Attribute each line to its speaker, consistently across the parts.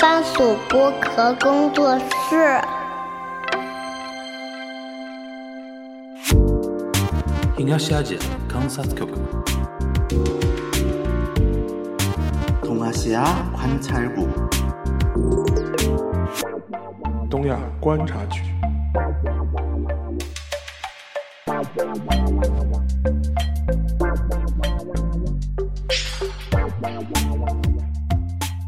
Speaker 1: 番薯剥壳工作室。
Speaker 2: 東アジア観察局
Speaker 3: 동아시아 관찰국
Speaker 4: 东亚观察局。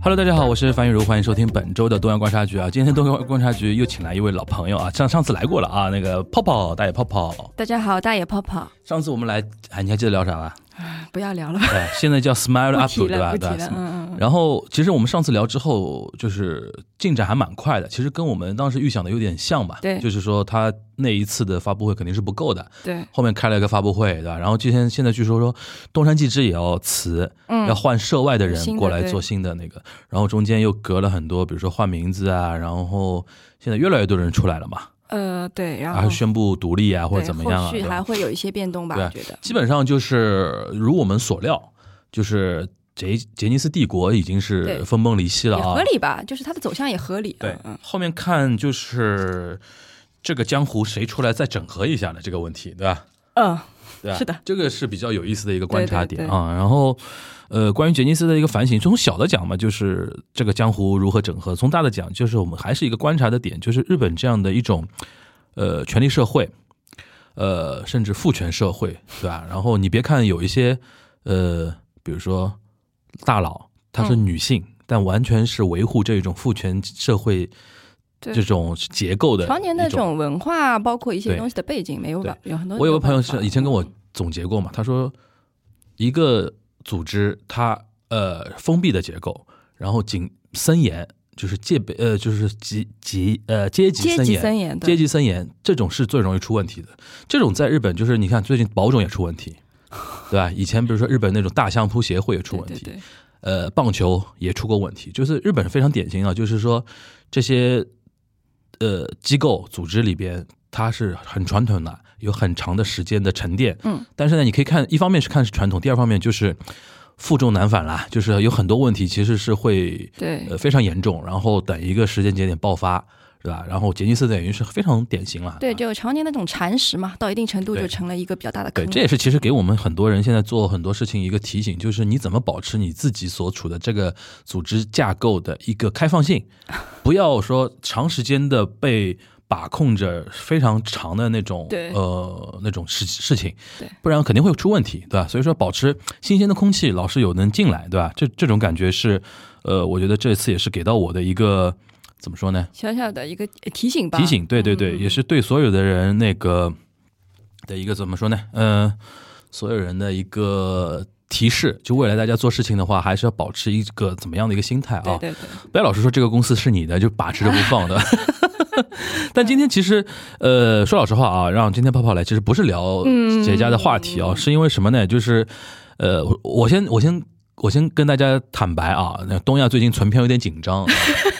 Speaker 5: Hello，大家好，我是樊玉茹，欢迎收听本周的东阳观察局啊。今天东阳观察局又请来一位老朋友啊，上上次来过了啊，那个泡泡大爷泡泡。
Speaker 6: 大家好，大野泡泡，
Speaker 5: 上次我们来，哎，你还记得聊啥吧？
Speaker 6: 不要聊了，
Speaker 5: 哎，现在叫 Smile
Speaker 6: 不
Speaker 5: Up
Speaker 6: 提
Speaker 5: 对
Speaker 6: 了，
Speaker 5: 吧？
Speaker 6: 不提
Speaker 5: 对吧
Speaker 6: 了，嗯嗯嗯，
Speaker 5: 然后，其实我们上次聊之后，就是进展还蛮快的，其实跟我们当时预想的有点像吧。
Speaker 6: 对
Speaker 5: 就是说他那一次的发布会肯定是不够的，
Speaker 6: 对，
Speaker 5: 后面开了一个发布会，对吧？然后今天现在据说说东山纪之也要辞，
Speaker 6: 嗯
Speaker 5: 要换涉外的人
Speaker 6: 新的
Speaker 5: 过来做新的那个，然后中间又隔了很多，比如说换名字啊，然后现在越来越多人出来了嘛，
Speaker 6: 呃，对，然
Speaker 5: 然
Speaker 6: 后
Speaker 5: 后宣布独立啊或者
Speaker 6: 对
Speaker 5: 怎么样啊，
Speaker 6: 后续
Speaker 5: 对吧
Speaker 6: 还会有一些变动吧，
Speaker 5: 对啊
Speaker 6: 我觉得，
Speaker 5: 基本上就是如我们所料，就是杰杰尼斯帝国已经是
Speaker 6: 对
Speaker 5: 分崩离析了
Speaker 6: 也
Speaker 5: 啊
Speaker 6: 合，理吧，就是它的走向也合理，
Speaker 5: 对
Speaker 6: 嗯，嗯，
Speaker 5: 后面看就是这个江湖谁出来再整合一下的这个问题，对吧？
Speaker 6: 嗯，
Speaker 5: 对吧
Speaker 6: 是的，
Speaker 5: 这个是比较有意思的一个观察点
Speaker 6: 对对对
Speaker 5: 啊。然后，呃，关于杰尼斯的一个反省，从小的讲嘛，就是这个江湖如何整合；从大的讲，就是我们还是一个观察的点，就是日本这样的一种呃权力社会，呃，甚至父权社会，对
Speaker 6: 嗯
Speaker 5: 吧？然后你别看有一些呃，比如说大佬，她是女性。但完全是维护这种父权社会
Speaker 6: 对
Speaker 5: 这种结构的
Speaker 6: 常年的
Speaker 5: 一
Speaker 6: 这种文化，包括一些
Speaker 5: 对
Speaker 6: 东西的背景，没有吧，有很多，
Speaker 5: 我有个朋友
Speaker 6: 没办
Speaker 5: 是
Speaker 6: 法嗯
Speaker 5: 以前跟我总结过嘛，他说一个组织它呃封闭的结构，然后谨森严，就是戒备呃就是级级呃阶级
Speaker 6: 阶
Speaker 5: 森
Speaker 6: 级
Speaker 5: 严。
Speaker 6: 森严，对
Speaker 5: 阶级森严，这种是最容易出问题的。这种在日本就是，你看最近保种也出问题，对吧？以前比如说日本那种大相扑协会也出问
Speaker 6: 对
Speaker 5: 题，
Speaker 6: 对对，
Speaker 5: 呃，棒球也出过问题，就是日本非常典型啊，就是说这些呃机构组织里边，它是很传统的，有很长的时间的沉淀。
Speaker 6: 嗯，
Speaker 5: 但是呢，你可以看，一方面是看是传统，第二方面就是负重难返啦，就是有很多问题其实是会
Speaker 6: 对
Speaker 5: 呃非常严重，然后等一个时间节点爆发，是吧？然后杰尼斯等于是非常典型了。
Speaker 6: 对，就常年那种蚕食嘛，到一定程度
Speaker 5: 啊对
Speaker 6: 就成了一个比较大的
Speaker 5: 对，
Speaker 6: 坑，
Speaker 5: 这也是其实给我们很多人现在做很多事情一个提醒，就是你怎么保持你自己所处的这个组织架构的一个开放 性，不要说长时间的被把控着非常长的那种
Speaker 6: 对
Speaker 5: 呃那种事事情
Speaker 6: 对，
Speaker 5: 不然肯定会出问题，对吧？所以说保持新鲜的空气，老是有能进来，对吧？这这种感觉是，呃，我觉得这次也是给到我的一个怎么说呢？
Speaker 6: 小小的一个提醒吧，嗯
Speaker 5: 提醒，对对对，也是对所有的人那个的一个怎么说呢？嗯，所有人的一个提示，就未来大家做事情的话，还是要保持一个怎么样的一个心态啊？
Speaker 6: 对对对，
Speaker 5: 不要老是说这个公司是你的，就把持着不放的。但今天其实，呃，说老实话啊，让今天泡泡来，其实不是聊姐家的话题啊，是因为什么呢？就是，呃，我我先我先我先跟大家坦白啊，那东亚最近存片有点紧张，啊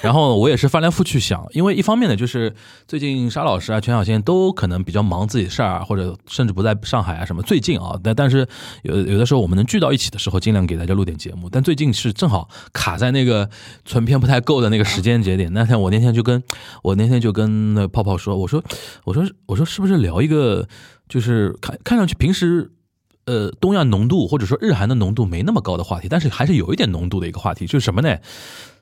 Speaker 5: 然后我也是翻来覆去想，因为一方面呢，就是最近沙老师啊、全小仙都可能比较忙自己的事儿啊，或者甚至不在上海啊什么。最近啊，但但是有有的时候我们能聚到一起的时候，尽量给大家录点节目。但最近是正好卡在那个存片不太够的那个时间节点。那 天我那天就跟我那天就跟那泡泡说，我说我说我说是不是聊一个，就是看看上去平时。呃，东亚浓度或者说日韩的浓度没那么高的话题，但是还是有一点浓度的一个话题，就是什么呢？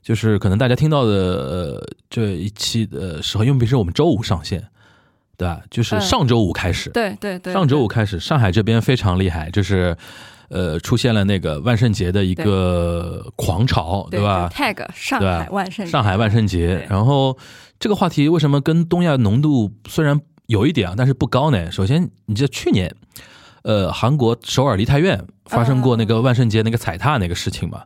Speaker 5: 就是可能大家听到的呃这一期的时候，因为平时我们周五上线，对吧？就是
Speaker 6: 嗯
Speaker 5: 上周五开始，
Speaker 6: 对对对，
Speaker 5: 上周
Speaker 6: 对
Speaker 5: 五开始，上海这边非常厉害，就是呃出现了那个万圣节的一个狂潮，
Speaker 6: 对
Speaker 5: 吧？
Speaker 6: 就？tag 上
Speaker 5: 对吧
Speaker 6: 海万圣节
Speaker 5: 上海万圣节
Speaker 6: 对，
Speaker 5: 然后这个话题为什么跟东亚浓度虽然有一点啊，但是不高呢？首先，你记得去年，呃，韩国首尔梨泰院发生过那个万圣节那个踩踏那个事情嘛，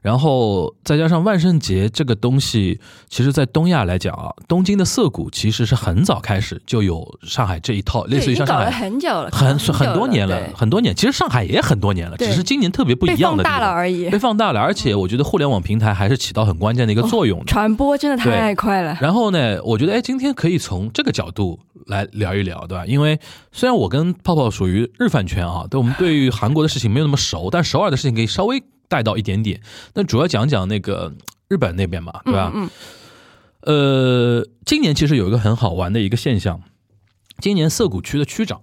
Speaker 5: 然后再加上万圣节这个东西，其实在东亚来讲啊，东京的涩谷其实是很早开始就有上海这一套，类
Speaker 6: 对
Speaker 5: 似于
Speaker 6: 已
Speaker 5: 像
Speaker 6: 经
Speaker 5: 上
Speaker 6: 搞了
Speaker 5: 海。
Speaker 6: 很久了，
Speaker 5: 很
Speaker 6: 久
Speaker 5: 很多年了
Speaker 6: 对，
Speaker 5: 很多年，其实上海也很多年了，
Speaker 6: 对
Speaker 5: 只是今年特别不一
Speaker 6: 被
Speaker 5: 样
Speaker 6: 放
Speaker 5: 的地
Speaker 6: 大了
Speaker 5: 方，
Speaker 6: 而已嗯哦
Speaker 5: 被。放大了，而且我觉得互联网平台还是起到很关键的一个作用的。
Speaker 6: 传播真的太快了，
Speaker 5: 然后呢，我觉得哎，今天可以从这个角度来聊一聊，对吧？因为虽然我跟泡泡属于日饭圈啊，对我们对 于韩国的事情没有那么熟，但首尔的事情可以稍微带到一点点。那主要讲讲那个日本那边嘛，对啊
Speaker 6: 嗯
Speaker 5: 吧？
Speaker 6: 嗯，
Speaker 5: 呃，今年其实有一个很好玩的一个现象，今年涩谷区的区长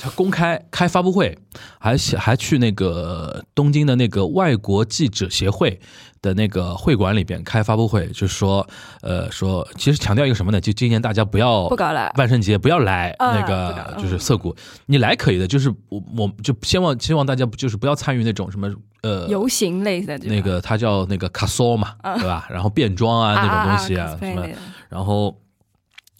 Speaker 5: 他公开开发布会，还写还去那个东京的那个外国记者协会的那个会馆里边开发布会，就说呃说其实强调一个什么呢？就今年大家不要
Speaker 6: 不搞了
Speaker 5: 万圣节不要来
Speaker 6: 啊
Speaker 5: 那
Speaker 6: 不搞了
Speaker 5: 个
Speaker 6: 嗯
Speaker 5: 就是涩谷，你来可以的，就是我我就希望希望大家不就是不要参与那种什么呃
Speaker 6: 游行类的
Speaker 5: 那个它叫那个卡索嘛，对吧？然后变装啊那种东西啊什么，然后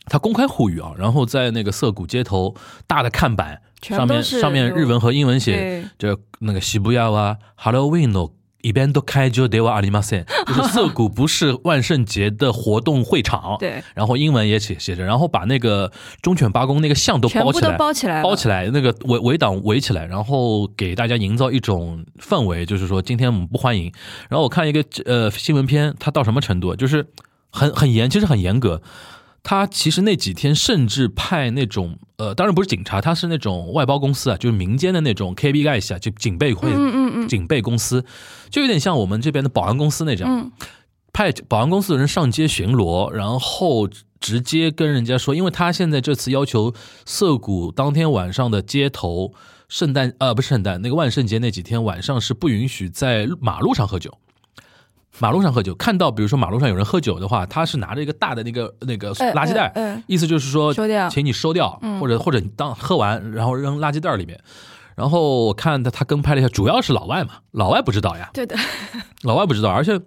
Speaker 5: 他公开呼吁啊，然后在那个涩谷街头大的看板
Speaker 6: 全
Speaker 5: 上面
Speaker 6: 都是
Speaker 5: 上面
Speaker 6: 有
Speaker 5: 日文和英文写哦
Speaker 6: 对，。
Speaker 5: 这那个西布亚哇 Halloween 哦。一般都开就得瓦阿里马森，就是涩谷不是万圣节的活动会场
Speaker 6: 对，
Speaker 5: 然后英文也写写着，然后把那个忠犬八公那个像都
Speaker 6: 全
Speaker 5: 包
Speaker 6: 部
Speaker 5: 起
Speaker 6: 都
Speaker 5: 来，
Speaker 6: 包起来了，
Speaker 5: 包起来，那个围围挡围起来，然后给大家营造一种氛围，就是说今天我们不欢迎。然后我看一个呃新闻片，它到什么程度啊，就是很很严，其实很严格。他其实那几天甚至派那种呃，当然不是警察，他是那种外包公司啊，就是民间的那种 KB 盖下，啊就警备会，
Speaker 6: 嗯嗯嗯
Speaker 5: 警备公司，就有点像我们这边的保安公司那种，
Speaker 6: 嗯，
Speaker 5: 派保安公司的人上街巡逻，然后直接跟人家说，因为他现在这次要求涩谷当天晚上的街头，圣诞呃不是圣诞那个万圣节那几天晚上是不允许在马路上喝酒。马路上喝酒，看到比如说马路上有人喝酒的话，他是拿着一个大的那个那个
Speaker 6: 呃
Speaker 5: 垃圾袋，
Speaker 6: 呃呃
Speaker 5: 意思就是说，
Speaker 6: 收掉嗯
Speaker 5: 请你收掉，或者或者你当喝完然后扔垃圾袋里面。然后我看他他跟拍了一下，主要是老外嘛，老外不知道呀，
Speaker 6: 对的，
Speaker 5: 老外不知道，而且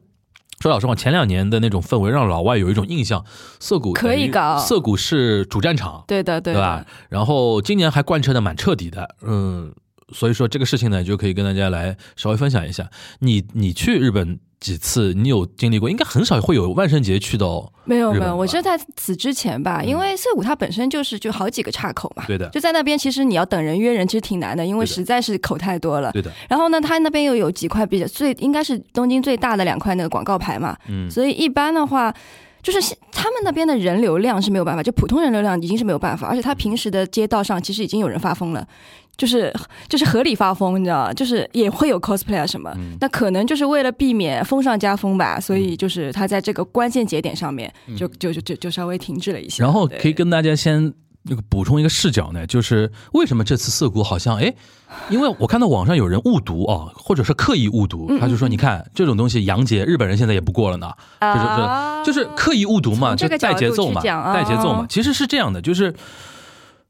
Speaker 5: 说老实话，前两年的那种氛围让老外有一种印象，涩谷
Speaker 6: 可以搞
Speaker 5: 涩谷是主战场，
Speaker 6: 对的，对
Speaker 5: 对吧
Speaker 6: 的，？
Speaker 5: 然后今年还贯彻的蛮彻底的，嗯，所以说这个事情呢，就可以跟大家来稍微分享一下。你你去日本几次？你有经历过？应该很少会有万圣节去的哦。
Speaker 6: 没有
Speaker 5: 日
Speaker 6: 没
Speaker 5: 本
Speaker 6: 有，我
Speaker 5: 吧嗯
Speaker 6: 觉得在此之前吧，因为涩谷它本身就是就好几个岔口嘛，
Speaker 5: 对的
Speaker 6: 就在那边，其实你要等人约人，其实挺难的，因为
Speaker 5: 对的
Speaker 6: 实在是口太多了。
Speaker 5: 对的，
Speaker 6: 然后呢，它那边又有几块比较最应该是东京最大的两块那个广告牌嘛，
Speaker 5: 嗯
Speaker 6: 所以一般的话。就是现他们那边的人流量是没有办法，就普通人流量已经是没有办法，而且他平时的街道上其实已经有人发疯了，就是就是合理发疯，你知道吗？就是也会有 cosplay 啊什么，
Speaker 5: 嗯
Speaker 6: 那可能就是为了避免风上加风吧，所以就是他在这个关键节点上面就、就就就就稍微停滞了一些，
Speaker 5: 嗯然后
Speaker 6: 对
Speaker 5: 可以跟大家先那个补充一个视角呢，就是为什么这次涩谷好像哎，因为我看到网上有人误读啊、或者是刻意误读，他就说你看这种东西洋节日本人现在也不过了呢，
Speaker 6: 啊
Speaker 5: 就是就是刻意误读嘛，就
Speaker 6: 从这个
Speaker 5: 带节奏嘛，
Speaker 6: 角度去讲啊
Speaker 5: 带节奏嘛，其实是这样的，就是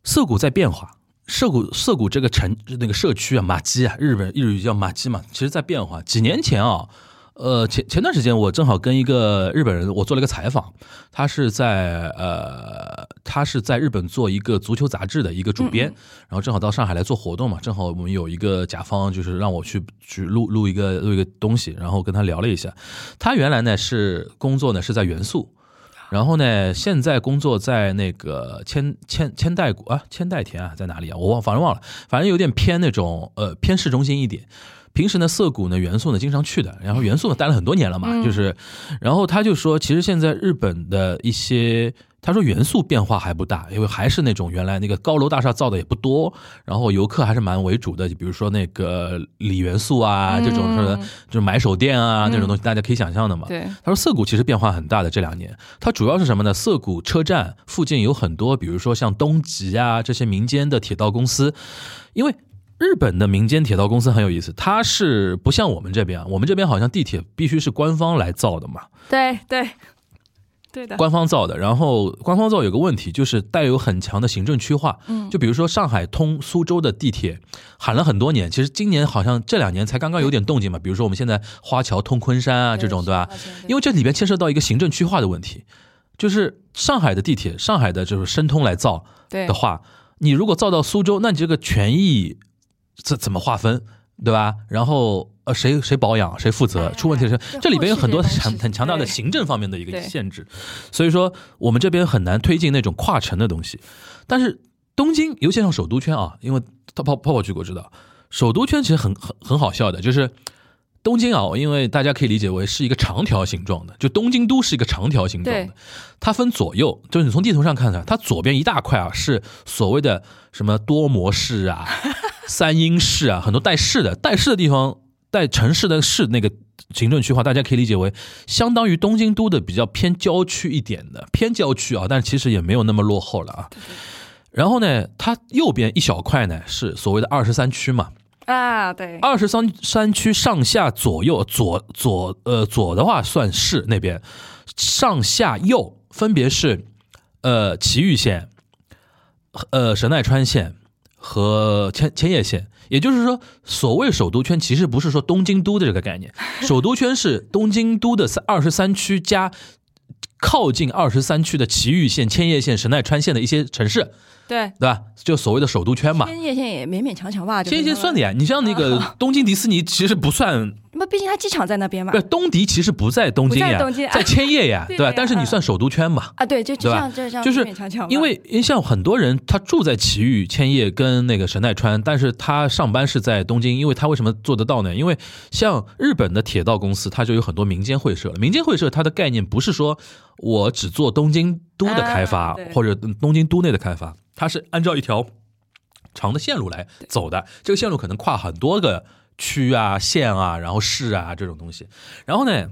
Speaker 5: 涩谷在变化。涩谷涩谷这个城那个社区啊，马基啊，日本日语叫马基嘛，其实在变化。几年前啊，呃，前前段时间我正好跟一个日本人，我做了一个采访，他是在呃，他是在日本做一个足球杂志的一个主编，
Speaker 6: 嗯
Speaker 5: 然后正好到上海来做活动嘛，正好我们有一个甲方就是让我去去录录一个录一个东西，然后跟他聊了一下，他原来呢是工作呢是在元素。然后呢，现在工作在那个千千千代谷啊，千代田啊，在哪里啊？我忘，反正忘了，反正有点偏那种呃偏市中心一点。平时呢，涩谷呢，元素呢经常去的，然后元素呢待了很多年了嘛，就是，然后他就说，其实现在日本的一些，他说元素变化还不大，因为还是那种原来那个高楼大厦造的也不多，然后游客还是蛮为主的，比如说那个李元素啊这种是，就是买手店啊那种东西，大家可以想象的嘛。
Speaker 6: 对
Speaker 5: 他说涩谷其实变化很大的这两年，它主要是什么呢？涩谷车站附近有很多，比如说像东急啊这些民间的铁道公司，因为。日本的民间铁道公司很有意思，它是不像我们这边啊，我们这边好像地铁必须是官方来造的嘛，
Speaker 6: 对对对的，
Speaker 5: 官方造的。然后官方造有个问题，就是带有很强的行政区划。嗯，就比如说上海通苏州的地铁，喊了很多年，其实今年好像这两年才刚刚有点动静嘛。比如说我们现在花桥通昆山啊这种，对吧？因为这里边牵涉到一个行政区划的问题，就是上海的地铁，上海的就是申通来造
Speaker 6: 对
Speaker 5: 的话，你如果造到苏州，那你这个权益怎怎么划分，对吧？然后呃，谁谁保养，谁负责？出问题的
Speaker 6: 这
Speaker 5: 是这里边有很多
Speaker 6: 后续这
Speaker 5: 很
Speaker 6: 东西
Speaker 5: 很强大的
Speaker 6: 对
Speaker 5: 行政方面的一个
Speaker 6: 对
Speaker 5: 限制，所以说我们这边很难推进那种跨城的东西。但是东京，尤其像首都圈啊，因为他泡泡泡去过知道，首都圈其实很很很好笑的，就是。东京啊，因为大家可以理解为是一个长条形状的，就东京都是一个长条形状
Speaker 6: 对
Speaker 5: 的，它分左右，就是你从地图上看呢，它左边一大块啊是所谓的什么多模式啊、三英式啊，很多带式的带式的地方在城市的市那个行政区划，大家可以理解为相当于东京都的比较偏郊区一点的偏郊区啊，但其实也没有那么落后了啊。然后呢，它右边一小块呢是所谓的二十三区嘛，
Speaker 6: 啊，对，
Speaker 5: 二十三山区上下左右左左呃左的话算市那边，上下右分别是呃埼玉县、呃神奈川县和千千叶县。也就是说，所谓首都圈其实不是说东京都的这个概念，首都圈是东京都的二十三区加靠近二十三区的埼玉县、千叶县、神奈川县的一些城市，
Speaker 6: 对，
Speaker 5: 对吧？就所谓的首都圈嘛。
Speaker 6: 千叶县也勉勉强强吧，就
Speaker 5: 千叶县算的
Speaker 6: 呀，
Speaker 5: 呀，你像那 个东京迪士尼其实不算
Speaker 6: 那毕竟它机场在那边嘛
Speaker 5: 不，，东迪其实不在东京
Speaker 6: 不
Speaker 5: 呀
Speaker 6: 在东京，
Speaker 5: 在千叶呀，
Speaker 6: 对嗯
Speaker 5: 对吧
Speaker 6: 的？
Speaker 5: 但是你算首都圈嘛，
Speaker 6: 啊，对，就
Speaker 5: 对
Speaker 6: 就这
Speaker 5: 吧
Speaker 6: 样，就这样，？
Speaker 5: 就是
Speaker 6: 勉勉强强吧，
Speaker 5: 因为因为像很多人他住在埼玉、千叶跟那个神奈川，但是他上班是在东京，因为他为什么做得到呢？因为像日本的铁道公司，它就有很多民间会社了。民间会社它的概念不是说我只做东京都的开
Speaker 6: 啊
Speaker 5: 发
Speaker 6: 对
Speaker 5: 或者嗯东京都内的开发，它是按照一条长的线路来走的。这个线路可能跨很多个区啊、县啊，然后市啊这种东西。然后呢，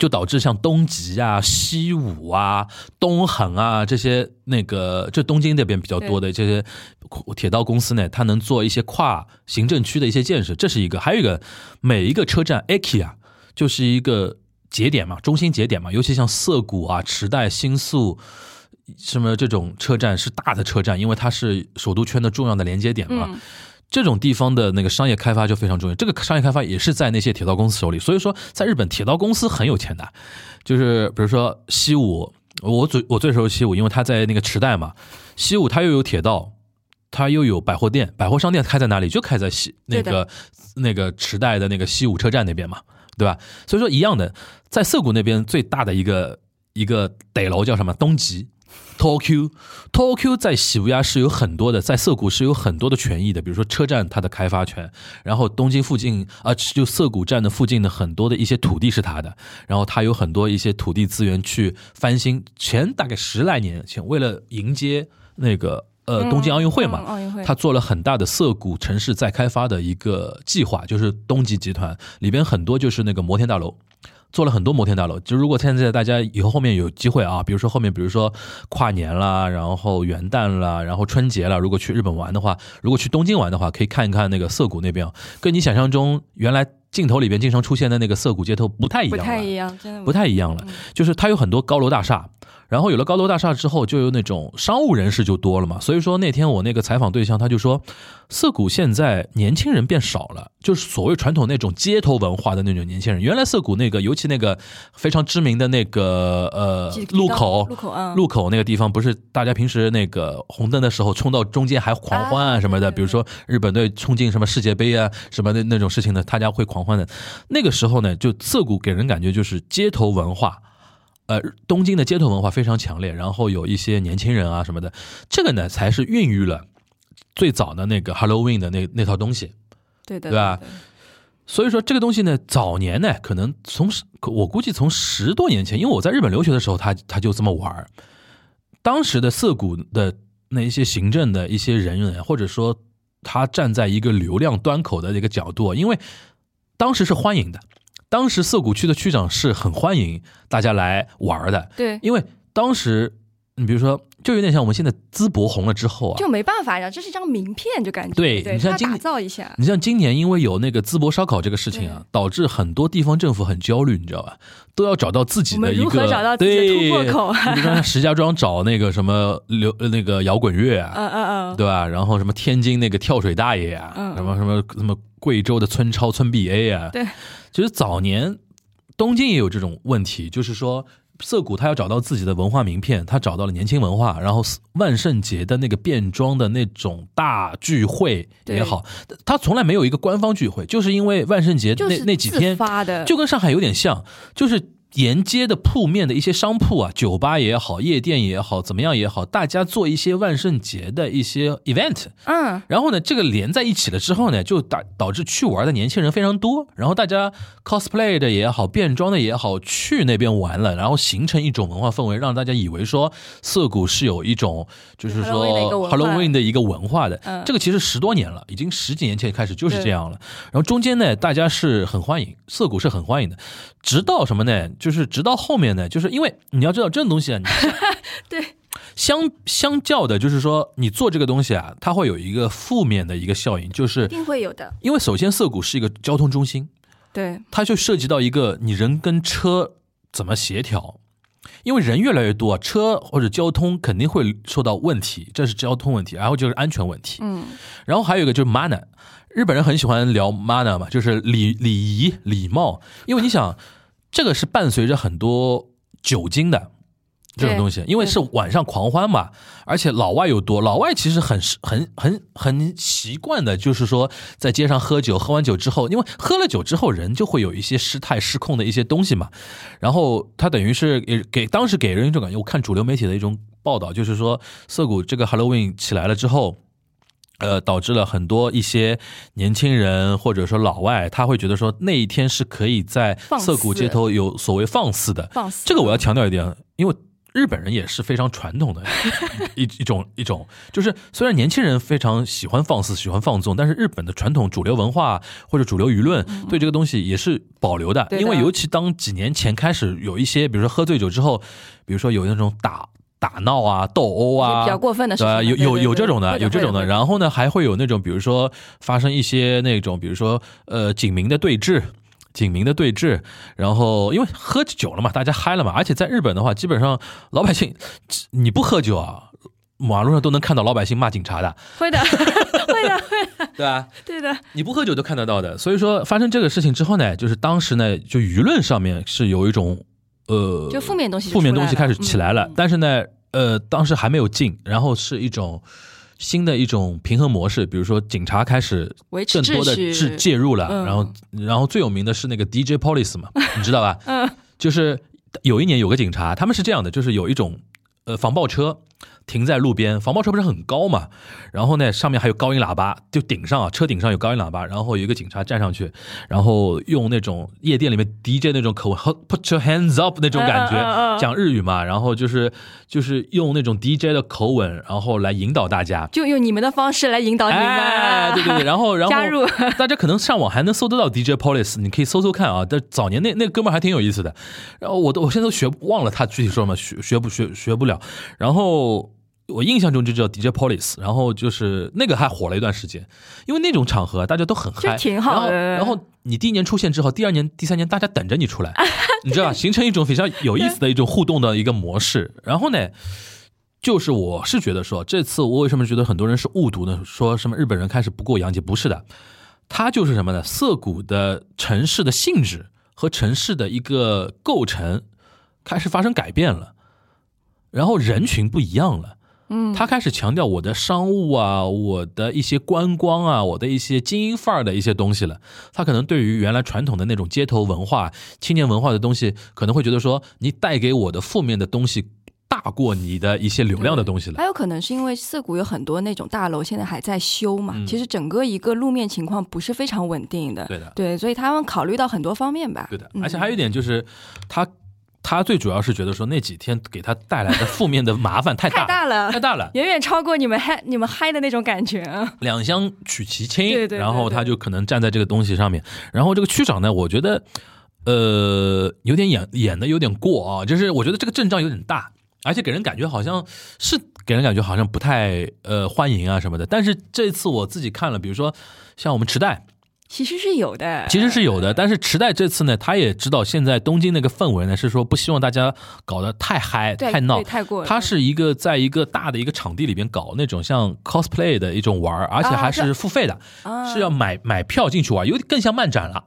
Speaker 5: 就导致像东极啊、西武啊、东横啊这些那个，就东京那边比较多的这些铁道公司呢，它能做一些跨行政区的一些建设，这是一个。还有一个，每一个车站 EKI 啊，就是一个节点嘛，中心节点嘛，尤其像涩谷啊、池袋、新宿。什么这种车站是大的车站，因为它是首都圈的重要的连接点嘛。
Speaker 6: 嗯
Speaker 5: 这种地方的那个商业开发就非常重要。这个商业开发也是在那些铁道公司手里，所以说在日本铁道公司很有钱的，就是比如说西武，我最我最熟悉西武，因为它在那个池袋嘛，西武它又有铁道。它又有百货店，百货商店开在哪里？就开在西那
Speaker 6: 对的
Speaker 5: 个那个池袋的那个西武车站那边嘛，对吧？所以说一样的，在涩谷那边最大的一个一个得楼叫什么？东极 Tokyo Tokyo 在喜布亚是有很多的，在涩谷是有很多的权益的，比如说车站它的开发权，然后东京附近啊、就涩谷站的附近的很多的一些土地是它的，然后它有很多一些土地资源去翻新。前大概十来年前，为了迎接那个呃
Speaker 6: 嗯
Speaker 5: 东京奥运会嘛，
Speaker 6: 嗯奥运会
Speaker 5: 他做了很大的涩谷城市再开发的一个计划，就是东极集团里边很多就是那个摩天大楼。做了很多摩天大楼，就如果现在大家以后后面有机会啊，比如说后面，比如说跨年啦，然后元旦啦，然后春节啦，如果去日本玩的话，如果去东京玩的话，可以看一看那个涩谷那边啊，跟你想象中原来镜头里边经常出现的那个涩谷街头不太一
Speaker 6: 不
Speaker 5: 样了，
Speaker 6: 太一样，真的
Speaker 5: 不太一样了。就是它有很多高楼大厦，然后有了高楼大厦之后，就有那种商务人士就多了嘛。所以说那天我那个采访对象他就说，涩谷现在年轻人变少了，就是所谓传统那种街头文化的那种年轻人。原来涩谷那个，尤其那个非常知名的那个呃
Speaker 6: 记得
Speaker 5: 路口
Speaker 6: 路。口啊，
Speaker 5: 路口那个地方不是大家平时那个红灯的时候冲到中间还狂欢啊
Speaker 6: 啊
Speaker 5: 什么的，
Speaker 6: 对对
Speaker 5: 比如说日本队冲进什么世界杯啊什么的那种事情呢，大家会狂欢的。那个时候呢，就涩谷给人感觉就是街头文化，呃，东京的街头文化非常强烈，然后有一些年轻人啊什么的，这个呢才是孕育了最早的那个 Halloween 的那那套东西。
Speaker 6: 对的，
Speaker 5: 对吧
Speaker 6: 的？
Speaker 5: 所以说这个东西呢，早年呢，可能从十可我估计从十多年前，因为我在日本留学的时候，他他就这么玩儿。当时的涩谷的那一些行政的一些人员，或者说他站在一个流量端口的一个角度，啊因为当时是欢迎的，当时涩谷区的区长是很欢迎大家来玩儿的，
Speaker 6: 对，
Speaker 5: 因为当时你比如说，就有点像我们现在淄博红了之后啊，
Speaker 6: 就没办法呀，这是一张名片，就感觉
Speaker 5: 对
Speaker 6: 对，
Speaker 5: 你像
Speaker 6: 他
Speaker 5: 今
Speaker 6: 打造一下，
Speaker 5: 你像今年因为有那个淄博烧烤这个事情啊，导致很多地方政府很焦虑，你知道吧？都要找到自己的一
Speaker 6: 我们如
Speaker 5: 个
Speaker 6: 何找到自己的
Speaker 5: 对，
Speaker 6: 突破口啊
Speaker 5: 你比如说石家庄找那个什么流呃那个摇滚乐啊，
Speaker 6: 嗯嗯嗯，
Speaker 5: 对吧？然后什么天津那个跳水大爷啊，
Speaker 6: 嗯
Speaker 5: 什么什么什么贵州的村超村 BA 啊，
Speaker 6: 对，
Speaker 5: 其实早年东京也有这种问题，就是说。涩谷他要找到自己的文化名片，他找到了年轻文化，然后万圣节的那个变装的那种大聚会也好，他从来没有一个官方聚会，就是因为万圣节那、
Speaker 6: 就是
Speaker 5: 那几天
Speaker 6: 自发的，
Speaker 5: 就跟上海有点像，就是沿街的铺面的一些商铺啊，酒吧也好，夜店也好，怎么样也好，大家做一些万圣节的一些 event，
Speaker 6: 嗯，
Speaker 5: 然后呢，这个连在一起了之后呢，就导导致去玩的年轻人非常多，然后大家 cosplay 的也好，变装的也好，去那边玩了，然后形成一种文化氛围，让大家以为说涩谷是有一种就是说
Speaker 6: Halloween 的一个
Speaker 5: Halloween 的一个文
Speaker 6: 文化
Speaker 5: 化的，
Speaker 6: 嗯
Speaker 5: 这个其实十多年了，已经十几年前开始就是这样了。然后中间呢，大家是很欢迎，涩谷是很欢迎的，直到什么呢？就是直到后面呢，就是因为你要知道这种东西啊，你
Speaker 6: 对。
Speaker 5: 相相较的，就是说你做这个东西啊，它会有一个负面的一个效应，就是
Speaker 6: 一定会有的。
Speaker 5: 因为首先涩谷是一个交通中心，
Speaker 6: 对，
Speaker 5: 它就涉及到一个你人跟车怎么协调，因为人越来越多啊，车或者交通肯定会受到问题，这是交通问题，然后就是安全问题，
Speaker 6: 嗯，
Speaker 5: 然后还有一个就是 manner，日本人很喜欢聊 manner 嘛，就是礼礼仪礼貌，因为你想，这个是伴随着很多酒精的这种东西，因为是晚上狂欢嘛，而且老外又多，老外其实很很很很习惯的，就是说在街上喝酒，喝完酒之后，因为喝了酒之后人就会有一些失态失控的一些东西嘛，然后他等于是给给当时给人一种感觉，我看主流媒体的一种报道，就是说涩谷这个 Halloween 起来了之后。呃，导致了很多一些年轻人或者说老外，他会觉得说那一天是可以在
Speaker 6: 放
Speaker 5: 涩谷
Speaker 6: 肆
Speaker 5: 街头有所谓放肆的，
Speaker 6: 放肆
Speaker 5: 这个我要强调一点，因为日本人也是非常传 统的一一种一种，就是虽然年轻人非常喜欢放肆、喜欢放纵，但是日本的传统主流文化或者主流舆论对这个东西也是保留的，
Speaker 6: 嗯对的
Speaker 5: 因为尤其当几年前开始有一些，比如说喝醉酒之后，比如说有那种打。打闹啊，斗殴啊，
Speaker 6: 比较过分的事情
Speaker 5: 对吧有
Speaker 6: 对
Speaker 5: 有
Speaker 6: 对
Speaker 5: 有
Speaker 6: 对
Speaker 5: 这种
Speaker 6: 会
Speaker 5: 的，
Speaker 6: 的
Speaker 5: 有这种的。
Speaker 6: 会的
Speaker 5: 然后呢，还会有那种，比如说发生一些那种，比如说呃警民的对峙，警民的对峙，然后因为喝酒了嘛，大家嗨了嘛，而且在日本的话，基本上老百姓你不喝酒啊，马路上都能看到老百姓骂警察的，
Speaker 6: 会的， 会的，会的，
Speaker 5: 对吧？
Speaker 6: 对的，
Speaker 5: 你不喝酒都看得到的。所以说发生这个事情之后呢，就是当时呢，就舆论上面是有一种呃，
Speaker 6: 就负面东西就
Speaker 5: 负面
Speaker 6: 出来
Speaker 5: 东西开始
Speaker 6: 了
Speaker 5: 起来了，
Speaker 6: 嗯
Speaker 5: 但是呢，呃，当时还没有进，然后是一种。新的一种平衡模式，比如说警察开始
Speaker 6: 维持
Speaker 5: 更多的
Speaker 6: 秩
Speaker 5: 制
Speaker 6: 序
Speaker 5: 介入了，
Speaker 6: 嗯
Speaker 5: 然后然后最有名的是那个 DJ Police 嘛，你知道吧？
Speaker 6: 嗯，
Speaker 5: 就是有一年有个警察，他们是这样的，就是有一种呃防爆车停在路边，防爆车不是很高嘛，然后呢上面还有高音喇叭，就顶上啊，车顶上有高音喇叭，然后有一个警察站上去，然后用那种夜店里面 DJ 那种口号 “Put your hands up” 那种感
Speaker 6: 嗯嗯嗯
Speaker 5: 觉，
Speaker 6: 嗯
Speaker 5: 讲日语嘛，然后就是就是用那种 DJ 的口吻，然后来引导大家。
Speaker 6: 就用你们的方式来引导你们
Speaker 5: 哎
Speaker 6: 啊，，
Speaker 5: 对对对，然后然后
Speaker 6: 加入
Speaker 5: 大家可能上网还能搜得到 DJ Police，你可以搜搜看啊。但早年那那哥们儿还挺有意思的，然后我都我现在都学忘了他具体说什么，学学不学学不了。然后我印象中就叫 DJ Police，然后就是那个还火了一段时间，因为那种场合大家都很嗨，
Speaker 6: 就挺好的
Speaker 5: 然后然后你第一年出现之后，第二年、第三年大家等着你出 来，你知道吧？形成一种比较有意思的一种互动的一个模式。然后呢？就是我是觉得说，这次我为什么觉得很多人是误读呢？说什么日本人开始不过洋节，不是的，它就是什么呢？涩谷的城市的性质和城市的一个构成开始发生改变了，然后人群不一样了。嗯，他开始强调我的商务啊，我的一些观光啊，我的一些精英范儿的一些东西了。他可能对于原来传统的那种街头文化、青年文化的东西，可能会觉得说，你带给我的负面的东西大过你的一些流量的东西了。
Speaker 6: 还有可能是因为涩谷有很多那种大楼现在还在修嘛，其实整个一个路面情况不是非常稳定的，
Speaker 5: 嗯对的
Speaker 6: 所以他们考虑到很多方面吧，
Speaker 5: 对的，
Speaker 6: 嗯
Speaker 5: 而且还有一点就是，他他最主要是觉得说那几天给他带来的负面的麻烦太大
Speaker 6: 太大了
Speaker 5: 太大了，
Speaker 6: 远远超过你们嗨你们嗨的那种感觉，啊
Speaker 5: 两相取其轻，
Speaker 6: 对对对
Speaker 5: 然后他就可能站在这个东西上面。然后这个区长呢，我觉得呃有点演演的有点过啊，就是我觉得这个阵仗有点大，而且给人感觉好像是给人感觉好像不太呃欢迎啊什么的。但是这次我自己看了，比如说像我们池袋，
Speaker 6: 其实是有的，
Speaker 5: 其实是有的，但是池袋这次呢，他也知道现在东京那个氛围呢，是说不希望大家搞得太嗨、
Speaker 6: 对
Speaker 5: 太闹
Speaker 6: 对、太过了
Speaker 5: 他是一个在一个大的一个场地里边搞那种像 cosplay 的一种玩儿，而且
Speaker 6: 啊
Speaker 5: 还是
Speaker 6: 这
Speaker 5: 付费的，
Speaker 6: 啊
Speaker 5: 是要买买票进去玩，有点更像漫展了。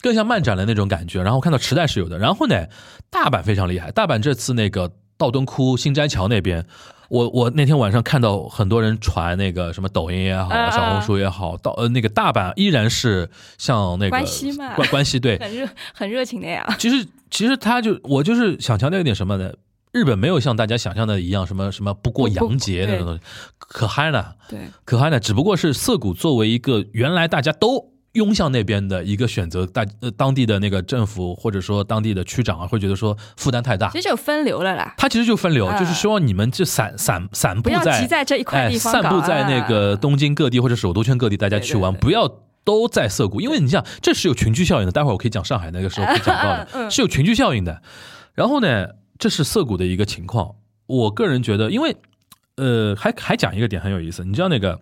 Speaker 5: 更像漫展的那种感觉，然后看到池袋是有的，然后呢，大阪非常厉害。大阪这次那个道顿窟新斋桥那边，我我那天晚上看到很多人传那个什么抖音也好，
Speaker 6: 啊啊
Speaker 5: 小红书也好，到呃那个大阪依然是像那个
Speaker 6: 关西嘛
Speaker 5: 关关西对，
Speaker 6: 很热很热情的呀，
Speaker 5: 其实其实他就我就是想强调一点什么呢？日本没有像大家想象的一样，什么什么不过洋节那种东西，可嗨了，
Speaker 6: 对，
Speaker 5: 可嗨了。只不过是涩谷作为一个原来大家都拥向那边的一个选择，大呃当地的那个政府或者说当地的区长啊，会觉得说负担太大
Speaker 6: 其，实有分流了啦。
Speaker 5: 他其实就分流，
Speaker 6: 啊
Speaker 5: 就是希望你们这散散散布
Speaker 6: 不要
Speaker 5: 在
Speaker 6: 集在这一块地方搞
Speaker 5: 哎，散布在那个
Speaker 6: 啊
Speaker 5: 东京各地或者首都圈各地，大家去玩，
Speaker 6: 对对对
Speaker 5: 不要都在涩谷，因为你想，这是有群居效应的。待会儿我可以讲上海那个时候可以讲到的，
Speaker 6: 嗯
Speaker 5: 是有群居效应的。然后呢，这是涩谷的一个情况。我个人觉得，因为呃，还还讲一个点很有意思，你知道那个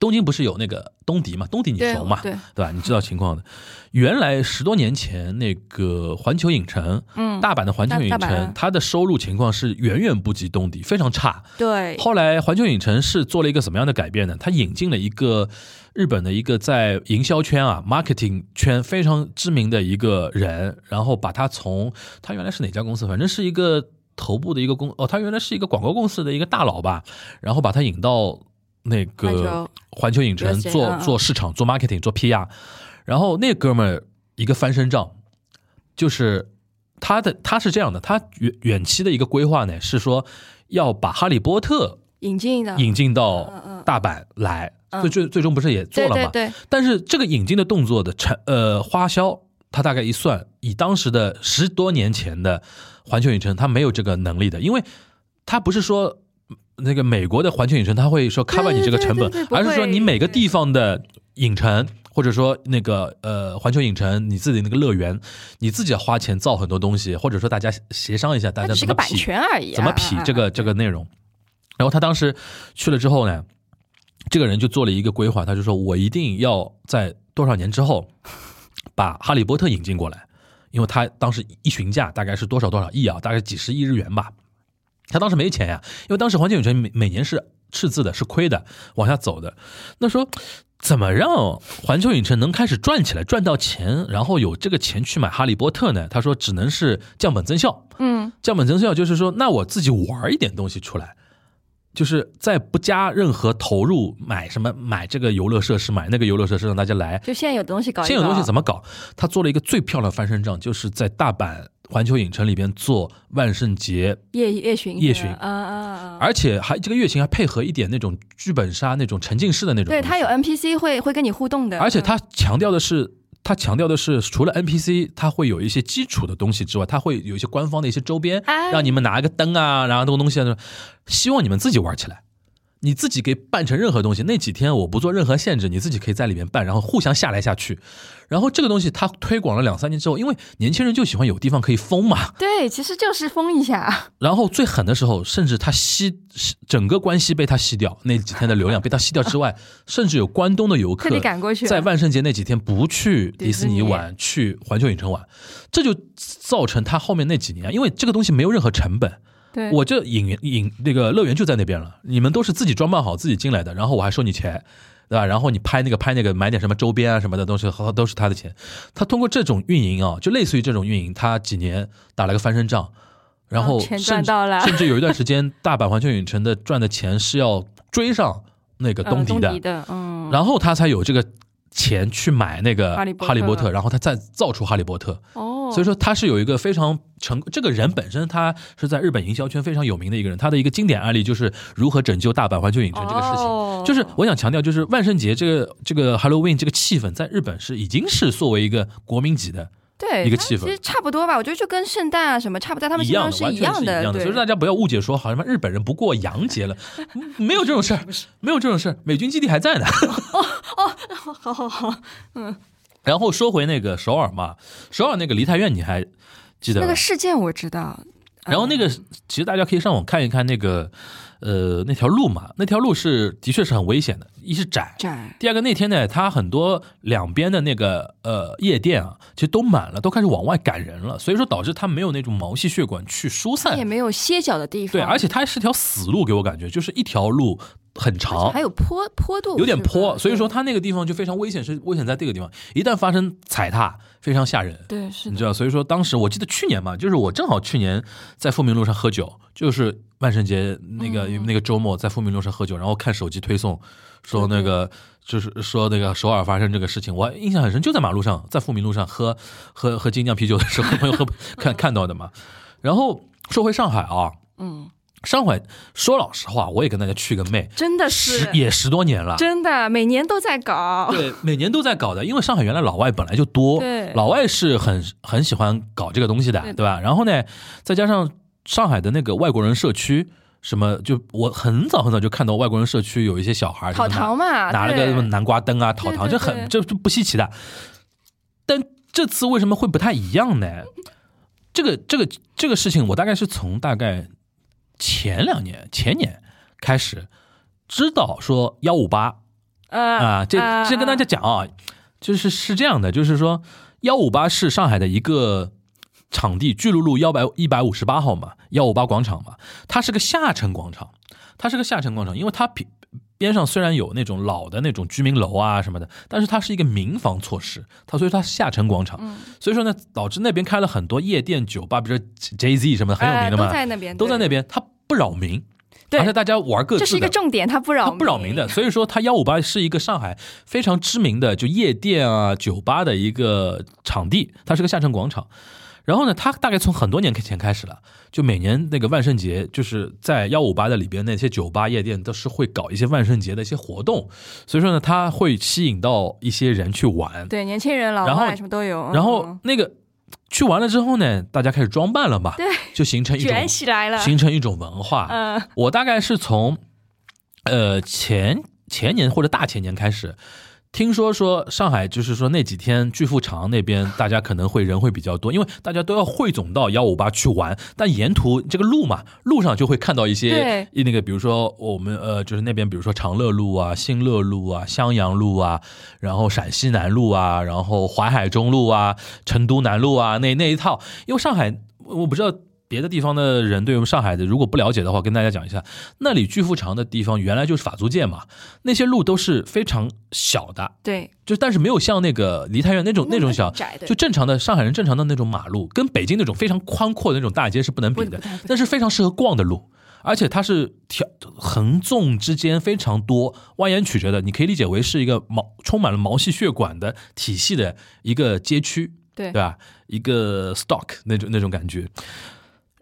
Speaker 5: 东京不是有那个东迪嘛？东迪你
Speaker 6: 对
Speaker 5: 熟嘛？
Speaker 6: 对
Speaker 5: 吧？你知道情况的。原来十多年前那个环球影城，
Speaker 6: 嗯
Speaker 5: 大阪的环球影
Speaker 6: 大大阪
Speaker 5: 城
Speaker 6: 啊，
Speaker 5: 它的收入情况是远远不及东迪，非常差。
Speaker 6: 对，
Speaker 5: 后来环球影城是做了一个什么样的改变呢？它引进了一个日本的一个在营销圈啊、marketing 圈非常知名的一个人，然后把他从他原来是哪家公司，反正是一个头部的一个公哦，他原来是一个广告公司的一个大佬吧，然后把他引到那
Speaker 6: 环
Speaker 5: 个
Speaker 6: 球
Speaker 5: 环球影城
Speaker 6: 了解
Speaker 5: 做
Speaker 6: 嗯嗯
Speaker 5: 做市场、做 marketing、做 PR，然后那哥们儿一个翻身仗，就是他的他是这样的，他远远期的一个规划呢是说要把《哈利波特
Speaker 6: 引进的》
Speaker 5: 引进
Speaker 6: 嗯
Speaker 5: 到
Speaker 6: 嗯
Speaker 5: 大阪来，
Speaker 6: 嗯
Speaker 5: 最最最终不是也做了
Speaker 6: 对
Speaker 5: 嘛？
Speaker 6: 对对，
Speaker 5: 但是这个引进的动作的成呃花销，他大概一算，以当时的十多年前的环球影城，他没有这个能力的，因为他不是说。那个美国的环球影城，他会说 cover 你这个成本
Speaker 6: 对对对对，不会
Speaker 5: 而是说你每个地方的影城，或者说那个呃环球影城，你自己那个乐园，你自己要花钱造很多东西，或者说大家协商一下，大
Speaker 6: 它
Speaker 5: 家
Speaker 6: 只是
Speaker 5: 怎
Speaker 6: 个
Speaker 5: 么
Speaker 6: 版
Speaker 5: 匹
Speaker 6: 权而已啊。
Speaker 5: 怎么匹
Speaker 6: 啊
Speaker 5: 这？
Speaker 6: 啊
Speaker 5: 个这个内容。然后他当时去了之后呢，这个人就做了一个规划，他就说我一定要在多少年之后把《哈利波特》引进过来，因为他当时一询价大概是多少多少亿啊，大概几十亿日元吧。他当时没钱呀、因为当时环球影城每每年是赤字的，是亏的，往下走的。那说怎么让环球影城能开始赚起来，赚到钱，然后有这个钱去买《哈利波特》呢？他说只能是降本增效。
Speaker 6: 嗯，
Speaker 5: 降本增效就是说，那我自己玩一点东西出来，就是在不加任何投入，买什么买这个游乐设施，买那个游乐设施，让大家来。
Speaker 6: 就现在有东西搞一搞，
Speaker 5: 现有东西怎
Speaker 6: 么
Speaker 5: 么搞？他做了一个最漂亮的翻身仗，就是在大阪环球影城里边做万圣节，
Speaker 6: 夜夜巡
Speaker 5: 夜
Speaker 6: 是
Speaker 5: 巡
Speaker 6: 吧啊啊啊！啊
Speaker 5: 而且还这个月情还配合一点那种剧本杀那种沉浸式的那种。
Speaker 6: 对，它有 NPC 会会跟你互动的，嗯
Speaker 5: 而且
Speaker 6: 它
Speaker 5: 他强调的是，他强调的是，除了 NPC，他会有一些基础的东西之外，他会有一些官方的一些周边，
Speaker 6: 哎
Speaker 5: 让你们拿一个灯啊，然后东东西啊，希望你们自己玩起来。你自己可以办成任何东西，那几天我不做任何限制，你自己可以在里面办，然后互相下来下去。然后这个东西它推广了两三年之后，因为年轻人就喜欢有地方可以疯嘛，
Speaker 6: 对，其实就是封一下，
Speaker 5: 然后最狠的时候，甚至他吸吸整个关西被他吸掉，那几天的流量被他吸掉之 外，甚至有关东的游客
Speaker 6: 特地赶过去
Speaker 5: 在万圣节那几天不去迪士尼玩，去环球影城玩，这就造成他后面那几年，因为这个东西没有任何成本，
Speaker 6: 对，
Speaker 5: 我这影影那个乐园就在那边了，你们都是自己装扮好自己进来的，然后我还收你钱，对吧？然后你拍那个拍那个买点什么周边啊什么的东西，好都是他的钱。他通过这种运营啊，就类似于这种运营，他几年打了个翻身仗，然后
Speaker 6: 然啊后钱
Speaker 5: 甚
Speaker 6: 赚
Speaker 5: 至
Speaker 6: 到了
Speaker 5: 甚至有一段时间，大阪环球影城的赚的钱是要追上那个
Speaker 6: 呃
Speaker 5: 东迪
Speaker 6: 迪
Speaker 5: 的，
Speaker 6: 的，嗯，
Speaker 5: 然后他才有这个钱去买那个
Speaker 6: 哈利波特
Speaker 5: 哈利波特，然后他再造出哈利波特。
Speaker 6: 哦，
Speaker 5: 所以说他是有一个非常成，这个人本身他是在日本营销圈非常有名的一个人，他的一个经典案例就是如何拯救大阪环球影城这个事情。
Speaker 6: 哦
Speaker 5: 就是我想强调，就是万圣节这个这个 Halloween 这个气氛，在日本是已经是作为一个国民级的
Speaker 6: 对
Speaker 5: 一个
Speaker 6: 它
Speaker 5: 气氛
Speaker 6: 其实差不多吧，我觉得就跟圣诞啊什么差不多，他们
Speaker 5: 一
Speaker 6: 心
Speaker 5: 样
Speaker 6: 中
Speaker 5: 的，完
Speaker 6: 一
Speaker 5: 全是
Speaker 6: 样
Speaker 5: 一
Speaker 6: 的，
Speaker 5: 样的。
Speaker 6: 对
Speaker 5: 所以说大家不要误解说，好像日本人不过洋节 了，没有这种事儿，没有这种事儿，美军基地还在呢。
Speaker 6: 哦好好好，嗯
Speaker 5: 然后说回那个首尔嘛，首尔那个梨泰院你还记得吧？
Speaker 6: 那个事件我知道，嗯
Speaker 5: 然后那个，其实大家可以上网看一看那个，呃，那条路嘛，那条路是的确是很危险的，一是窄，
Speaker 6: 展
Speaker 5: 第二个那天呢，它很多两边的那个呃夜店啊，其实都满了，都开始往外赶人了，所以说导致它没有那种毛细血管去疏
Speaker 6: 也
Speaker 5: 散，
Speaker 6: 没有歇脚的地方，
Speaker 5: 对，而且它是条死路，给我感觉就是一条路很长，
Speaker 6: 还有坡坡度，
Speaker 5: 有点
Speaker 6: 是吧
Speaker 5: 坡，所以说它那个地方就非常危险，是危险在这个地方，一旦发生踩踏，非常吓人。
Speaker 6: 对是
Speaker 5: 你
Speaker 6: 的，
Speaker 5: 知道，所以说当时我记得去年嘛，就是我正好去年在富民路上喝酒，就是万圣节那
Speaker 6: 哦
Speaker 5: 个、那个周末在富民路上喝酒，然后看手机推送说那个就是说那个首尔发生这个事情，我印象很深，就在马路上，在富民路上喝喝喝精酿啤酒的时候，朋友喝 看看到的嘛。然后说回上海啊，
Speaker 6: 嗯，
Speaker 5: 上海说老实话，我也跟大家去个妹，
Speaker 6: 真的
Speaker 5: 十
Speaker 6: 是
Speaker 5: 也十多年了，
Speaker 6: 真的，每年都在搞，
Speaker 5: 对，每年都在搞的，因为上海原来老外本来就多，
Speaker 6: 哦对
Speaker 5: 老外是很很喜欢搞这个东西的，
Speaker 6: 对的
Speaker 5: 对吧？然后呢，再加上上海的那个外国人社区，什么就我很早很早就看到外国人社区有一些小孩儿
Speaker 6: 讨
Speaker 5: 就是拿
Speaker 6: 糖嘛，
Speaker 5: 拿了
Speaker 6: 对
Speaker 5: 个什么南瓜灯啊、讨糖，
Speaker 6: 对对
Speaker 5: 这很这这不稀奇的。但这次为什么会不太一样呢？这个这个这个事情，我大概是从大概前两年、前年开始知道说幺五八
Speaker 6: 呃
Speaker 5: 啊，这
Speaker 6: 啊
Speaker 5: 这跟大家
Speaker 6: 啊
Speaker 5: 讲啊，就是是这样的，就是说幺五八是上海的一个场地，巨鹿路幺百一百五十八号嘛，幺五八广场嘛，它是个下沉广场，它是个下沉广场，因为它边边上虽然有那种老的那种居民楼啊什么的，但是它是一个民房措施，它所以它是下沉广场，
Speaker 6: 嗯
Speaker 5: 所以说呢，导致那边开了很多夜店酒吧，比如说 J Z 什么的很有名的嘛，
Speaker 6: 呃都在那边，
Speaker 5: 都在那
Speaker 6: 边，
Speaker 5: 边，它不扰民，
Speaker 6: 对
Speaker 5: 而且大家玩各自的，
Speaker 6: 这是一个重点，它不扰
Speaker 5: 它不扰民的，，所以说它幺五八是一个上海非常知名的就夜店啊、酒吧的一个场地，它是个下沉广场。然后呢，它大概从很多年前开始了，就每年那个万圣节，就是在幺五八的里边那些酒吧、夜店都是会搞一些万圣节的一些活动，所以说呢，它会吸引到一些人去玩。
Speaker 6: 对年轻人、老
Speaker 5: 然后
Speaker 6: 外什么都有，
Speaker 5: 然后
Speaker 6: 嗯
Speaker 5: 那个去完了之后呢，大家开始装扮了嘛，就形成一种
Speaker 6: 卷起来了，
Speaker 5: 形成一种文化。
Speaker 6: 嗯，
Speaker 5: 我大概是从呃前前年或者大前年开始，听说说上海就是说那几天巨富长那边大家可能会人会比较多，因为大家都要汇总到幺五八去玩，但沿途这个路嘛，路上就会看到一些那个比如说我们呃就是那边比如说长乐路啊、新乐路啊、襄阳路啊，然后陕西南路啊，然后淮海中路啊、成都南路啊那那一套，因为上海我不知道。别的地方的人对我们上海的如果不了解的话，跟大家讲一下，那里巨富长的地方原来就是法租界嘛，那些路都是非常小的，
Speaker 6: 对，
Speaker 5: 就但是没有像那个梨泰院那种那种小，
Speaker 6: 窄的，
Speaker 5: 就正常的上海人正常的那种马路，跟北京那种非常宽阔的那种大街是不能比的
Speaker 6: 不太不，太
Speaker 5: 但是非常适合逛的路，而且它是条横纵之间非常多蜿蜒曲折的，你可以理解为是一个毛充满了毛细血管的体系的一个街区，
Speaker 6: 对
Speaker 5: 对吧？一个 stock 那种那种感觉。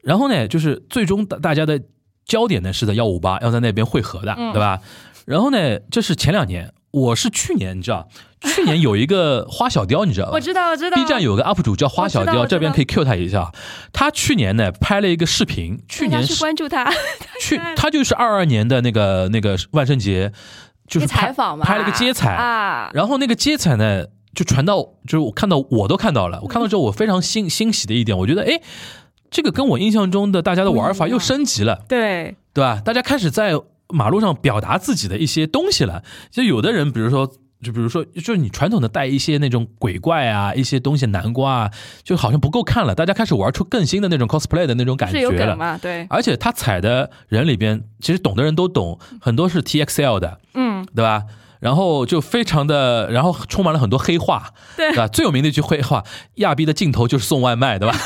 Speaker 5: 然后呢，就是最终大大家的焦点呢是在幺五八，要在那边汇合的，
Speaker 6: 嗯
Speaker 5: 对吧？然后呢，这是前两年，我是去年，你知道，去年有一个花小雕，你知道吧？
Speaker 6: 我知道，我知道
Speaker 5: B 站有个 UP 主叫花小
Speaker 6: 我知道
Speaker 5: 雕，
Speaker 6: 我知道
Speaker 5: 这边可以 Q 他一下。他去年呢拍了一个视频，去
Speaker 6: 大
Speaker 5: 年
Speaker 6: 家去
Speaker 5: 是
Speaker 6: 关注他，
Speaker 5: 去他就是二二年的那个那个万圣节，就是
Speaker 6: 一个
Speaker 5: 拍
Speaker 6: 采访嘛，
Speaker 5: 拍了个街采，
Speaker 6: 啊，
Speaker 5: 然后那个街采呢，就传到，就是我看到我都看到了，我看到之后我非常欣欣喜的一点，我觉得哎，这个跟我印象中的大家的玩法又升级了，
Speaker 6: 对，
Speaker 5: 对吧？大家开始在马路上表达自己的一些东西了，就有的人比如说。就比如说，就是你传统的带一些那种鬼怪啊，一些东西南瓜啊，就好像不够看了，大家开始玩出更新的那种 cosplay 的那种感
Speaker 6: 是
Speaker 5: 觉
Speaker 6: 有梗
Speaker 5: 了。
Speaker 6: 嘛，对，
Speaker 5: 而且他踩的人里边，其实懂的人都懂，很多是 TXL 的，
Speaker 6: 嗯，
Speaker 5: 对吧？然后就非常的，然后充满了很多黑话，
Speaker 6: 对
Speaker 5: 吧？最有名的一句黑话，亚逼的尽头就是送外卖，对吧？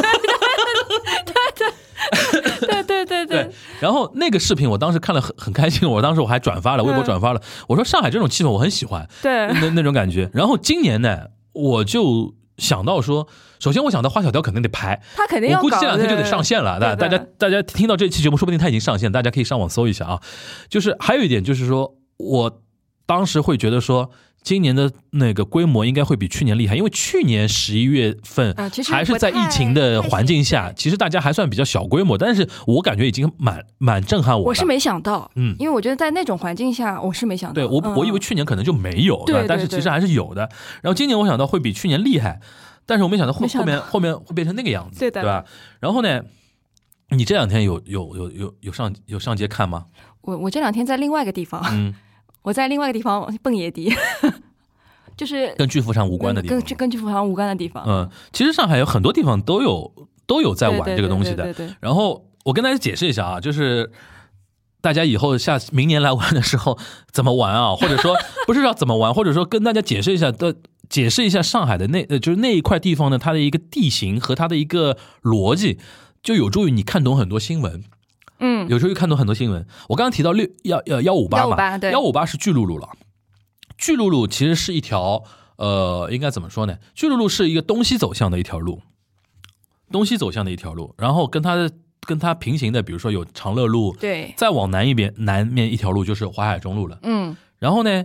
Speaker 6: 对对对
Speaker 5: 对，。然后那个视频我当时看了很很开心，我当时我还转发了，微博
Speaker 6: 嗯
Speaker 5: 转发了，我说上海这种气氛我很喜欢，
Speaker 6: 对，
Speaker 5: 那那种感觉。然后今年呢，我就想到说，首先我想到花小雕肯定得拍，
Speaker 6: 他肯定要
Speaker 5: 我估计
Speaker 6: 搞
Speaker 5: 这两天就
Speaker 6: 对
Speaker 5: 得上线了。
Speaker 6: 对
Speaker 5: 那大家
Speaker 6: 对
Speaker 5: 大家听到这期节目，说不定它已经上线，大家可以上网搜一下啊。就是还有一点就是说，我当时会觉得说。今年的那个规模应该会比去年厉害，因为去年十一月份
Speaker 6: 啊其实
Speaker 5: 还是在疫情的环境下，其实大家还算比较小规模，但是我感觉已经蛮蛮震撼我的。
Speaker 6: 我是没想到，
Speaker 5: 嗯
Speaker 6: 因为我觉得在那种环境下，我是没想到。
Speaker 5: 对我，我以为去年可能就没有，
Speaker 6: 嗯对
Speaker 5: 吧
Speaker 6: 对
Speaker 5: 但是
Speaker 6: 对
Speaker 5: 其实还是有的。然后今年我想到会比去年厉害，但是我没想到后
Speaker 6: 没想
Speaker 5: 后
Speaker 6: 到
Speaker 5: 面后面会变成那个样子，
Speaker 6: 对的
Speaker 5: 吧？然后呢，你这两天有有有有有上有上街看 吗？
Speaker 6: 嗯我我这两天在另外一个地方，
Speaker 5: 嗯，
Speaker 6: 我在另外一个地方蹦野迪， 就是
Speaker 5: 跟巨富山无关的地方
Speaker 6: 跟。跟跟巨富航无关的地方，
Speaker 5: 嗯，其实上海有很多地方都有都有在
Speaker 6: 对，
Speaker 5: 玩
Speaker 6: 对
Speaker 5: 这个东西
Speaker 6: 对
Speaker 5: 的。
Speaker 6: 对对对
Speaker 5: 然后我跟大家解释一下啊，就是。大家以后下明年来玩的时候怎么玩啊？或者说不是要怎么玩，或者说跟大家解释一下的。解释一下上海的那呃，就是那一块地方呢，它的一个地形和它的一个逻辑，就有助于你看懂很多新闻。
Speaker 6: 嗯，
Speaker 5: 有时候又看懂很多新闻。我刚刚提到六幺呃幺五八嘛，
Speaker 6: 158对
Speaker 5: 幺五八是巨鹿路了。巨鹿路其实是一条呃，应该怎么说呢？巨鹿路是一个东西走向的一条路，东西走向的一条路，然后跟它的跟它平行的，比如说有长乐路，
Speaker 6: 对，
Speaker 5: 再往南一边南面一条路就是淮海中路了。
Speaker 6: 嗯
Speaker 5: 然后呢，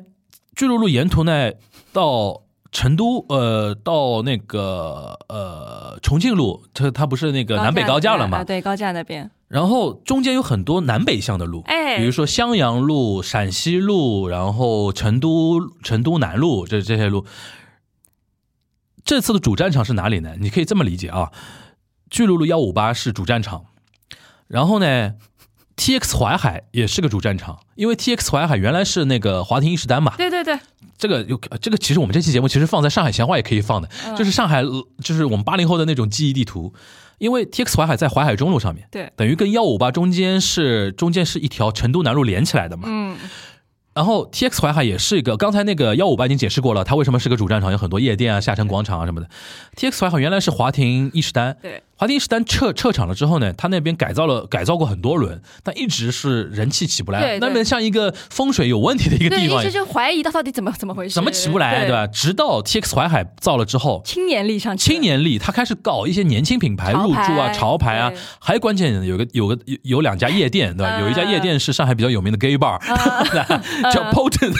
Speaker 5: 巨鹿路沿途呢到成都，呃，到那个呃重庆路，它它不是那个南北高架了嘛？
Speaker 6: 啊对，高架那边，
Speaker 5: 然后中间有很多南北向的路，
Speaker 6: 哎
Speaker 5: 比如说襄阳路、陕西路，然后成都成都南路，这这些路。这次的主战场是哪里呢？你可以这么理解啊，巨鹿路幺五八是主战场，然后呢，TX 淮海也是个主战场，因为 TX 淮海原来是那个华庭伊势丹嘛，
Speaker 6: 对对对，
Speaker 5: 这个有这个，其实我们这期节目其实放在上海闲话也可以放的，就是上海，呃就是我们八零后的那种记忆地图，因为 TX 淮海在淮海中路上面，
Speaker 6: 对
Speaker 5: 等于跟幺五八中间是中间是一条成都南路连起来的嘛。
Speaker 6: 嗯
Speaker 5: 然后 TX 淮海也是一个，刚才那个幺五八已经解释过了，它为什么是个主战场，有很多夜店啊、下沉广场啊什么的。TX 淮海原来是华庭伊势丹，
Speaker 6: 对，
Speaker 5: 华庭伊势丹撤撤场了之后呢，它那边改造了改造过很多轮，但一直是人气起不来
Speaker 6: 对，对
Speaker 5: 那边像一个风水有问题的一个
Speaker 6: 对，
Speaker 5: 地方
Speaker 6: 一
Speaker 5: 一样
Speaker 6: 直。就怀疑他到底怎么怎么回事，
Speaker 5: 怎么起不来，对吧？？直到 TX 淮海造了之后，
Speaker 6: 青年力上去了，
Speaker 5: 青年力他开始搞一些年轻品牌
Speaker 6: 潮牌
Speaker 5: 入驻啊、潮牌啊
Speaker 6: 对，
Speaker 5: 还关键有个有个有有两家夜店，对吧？
Speaker 6: 嗯
Speaker 5: 有一家夜店是上海比较有名的 gay bar，、叫 Potent。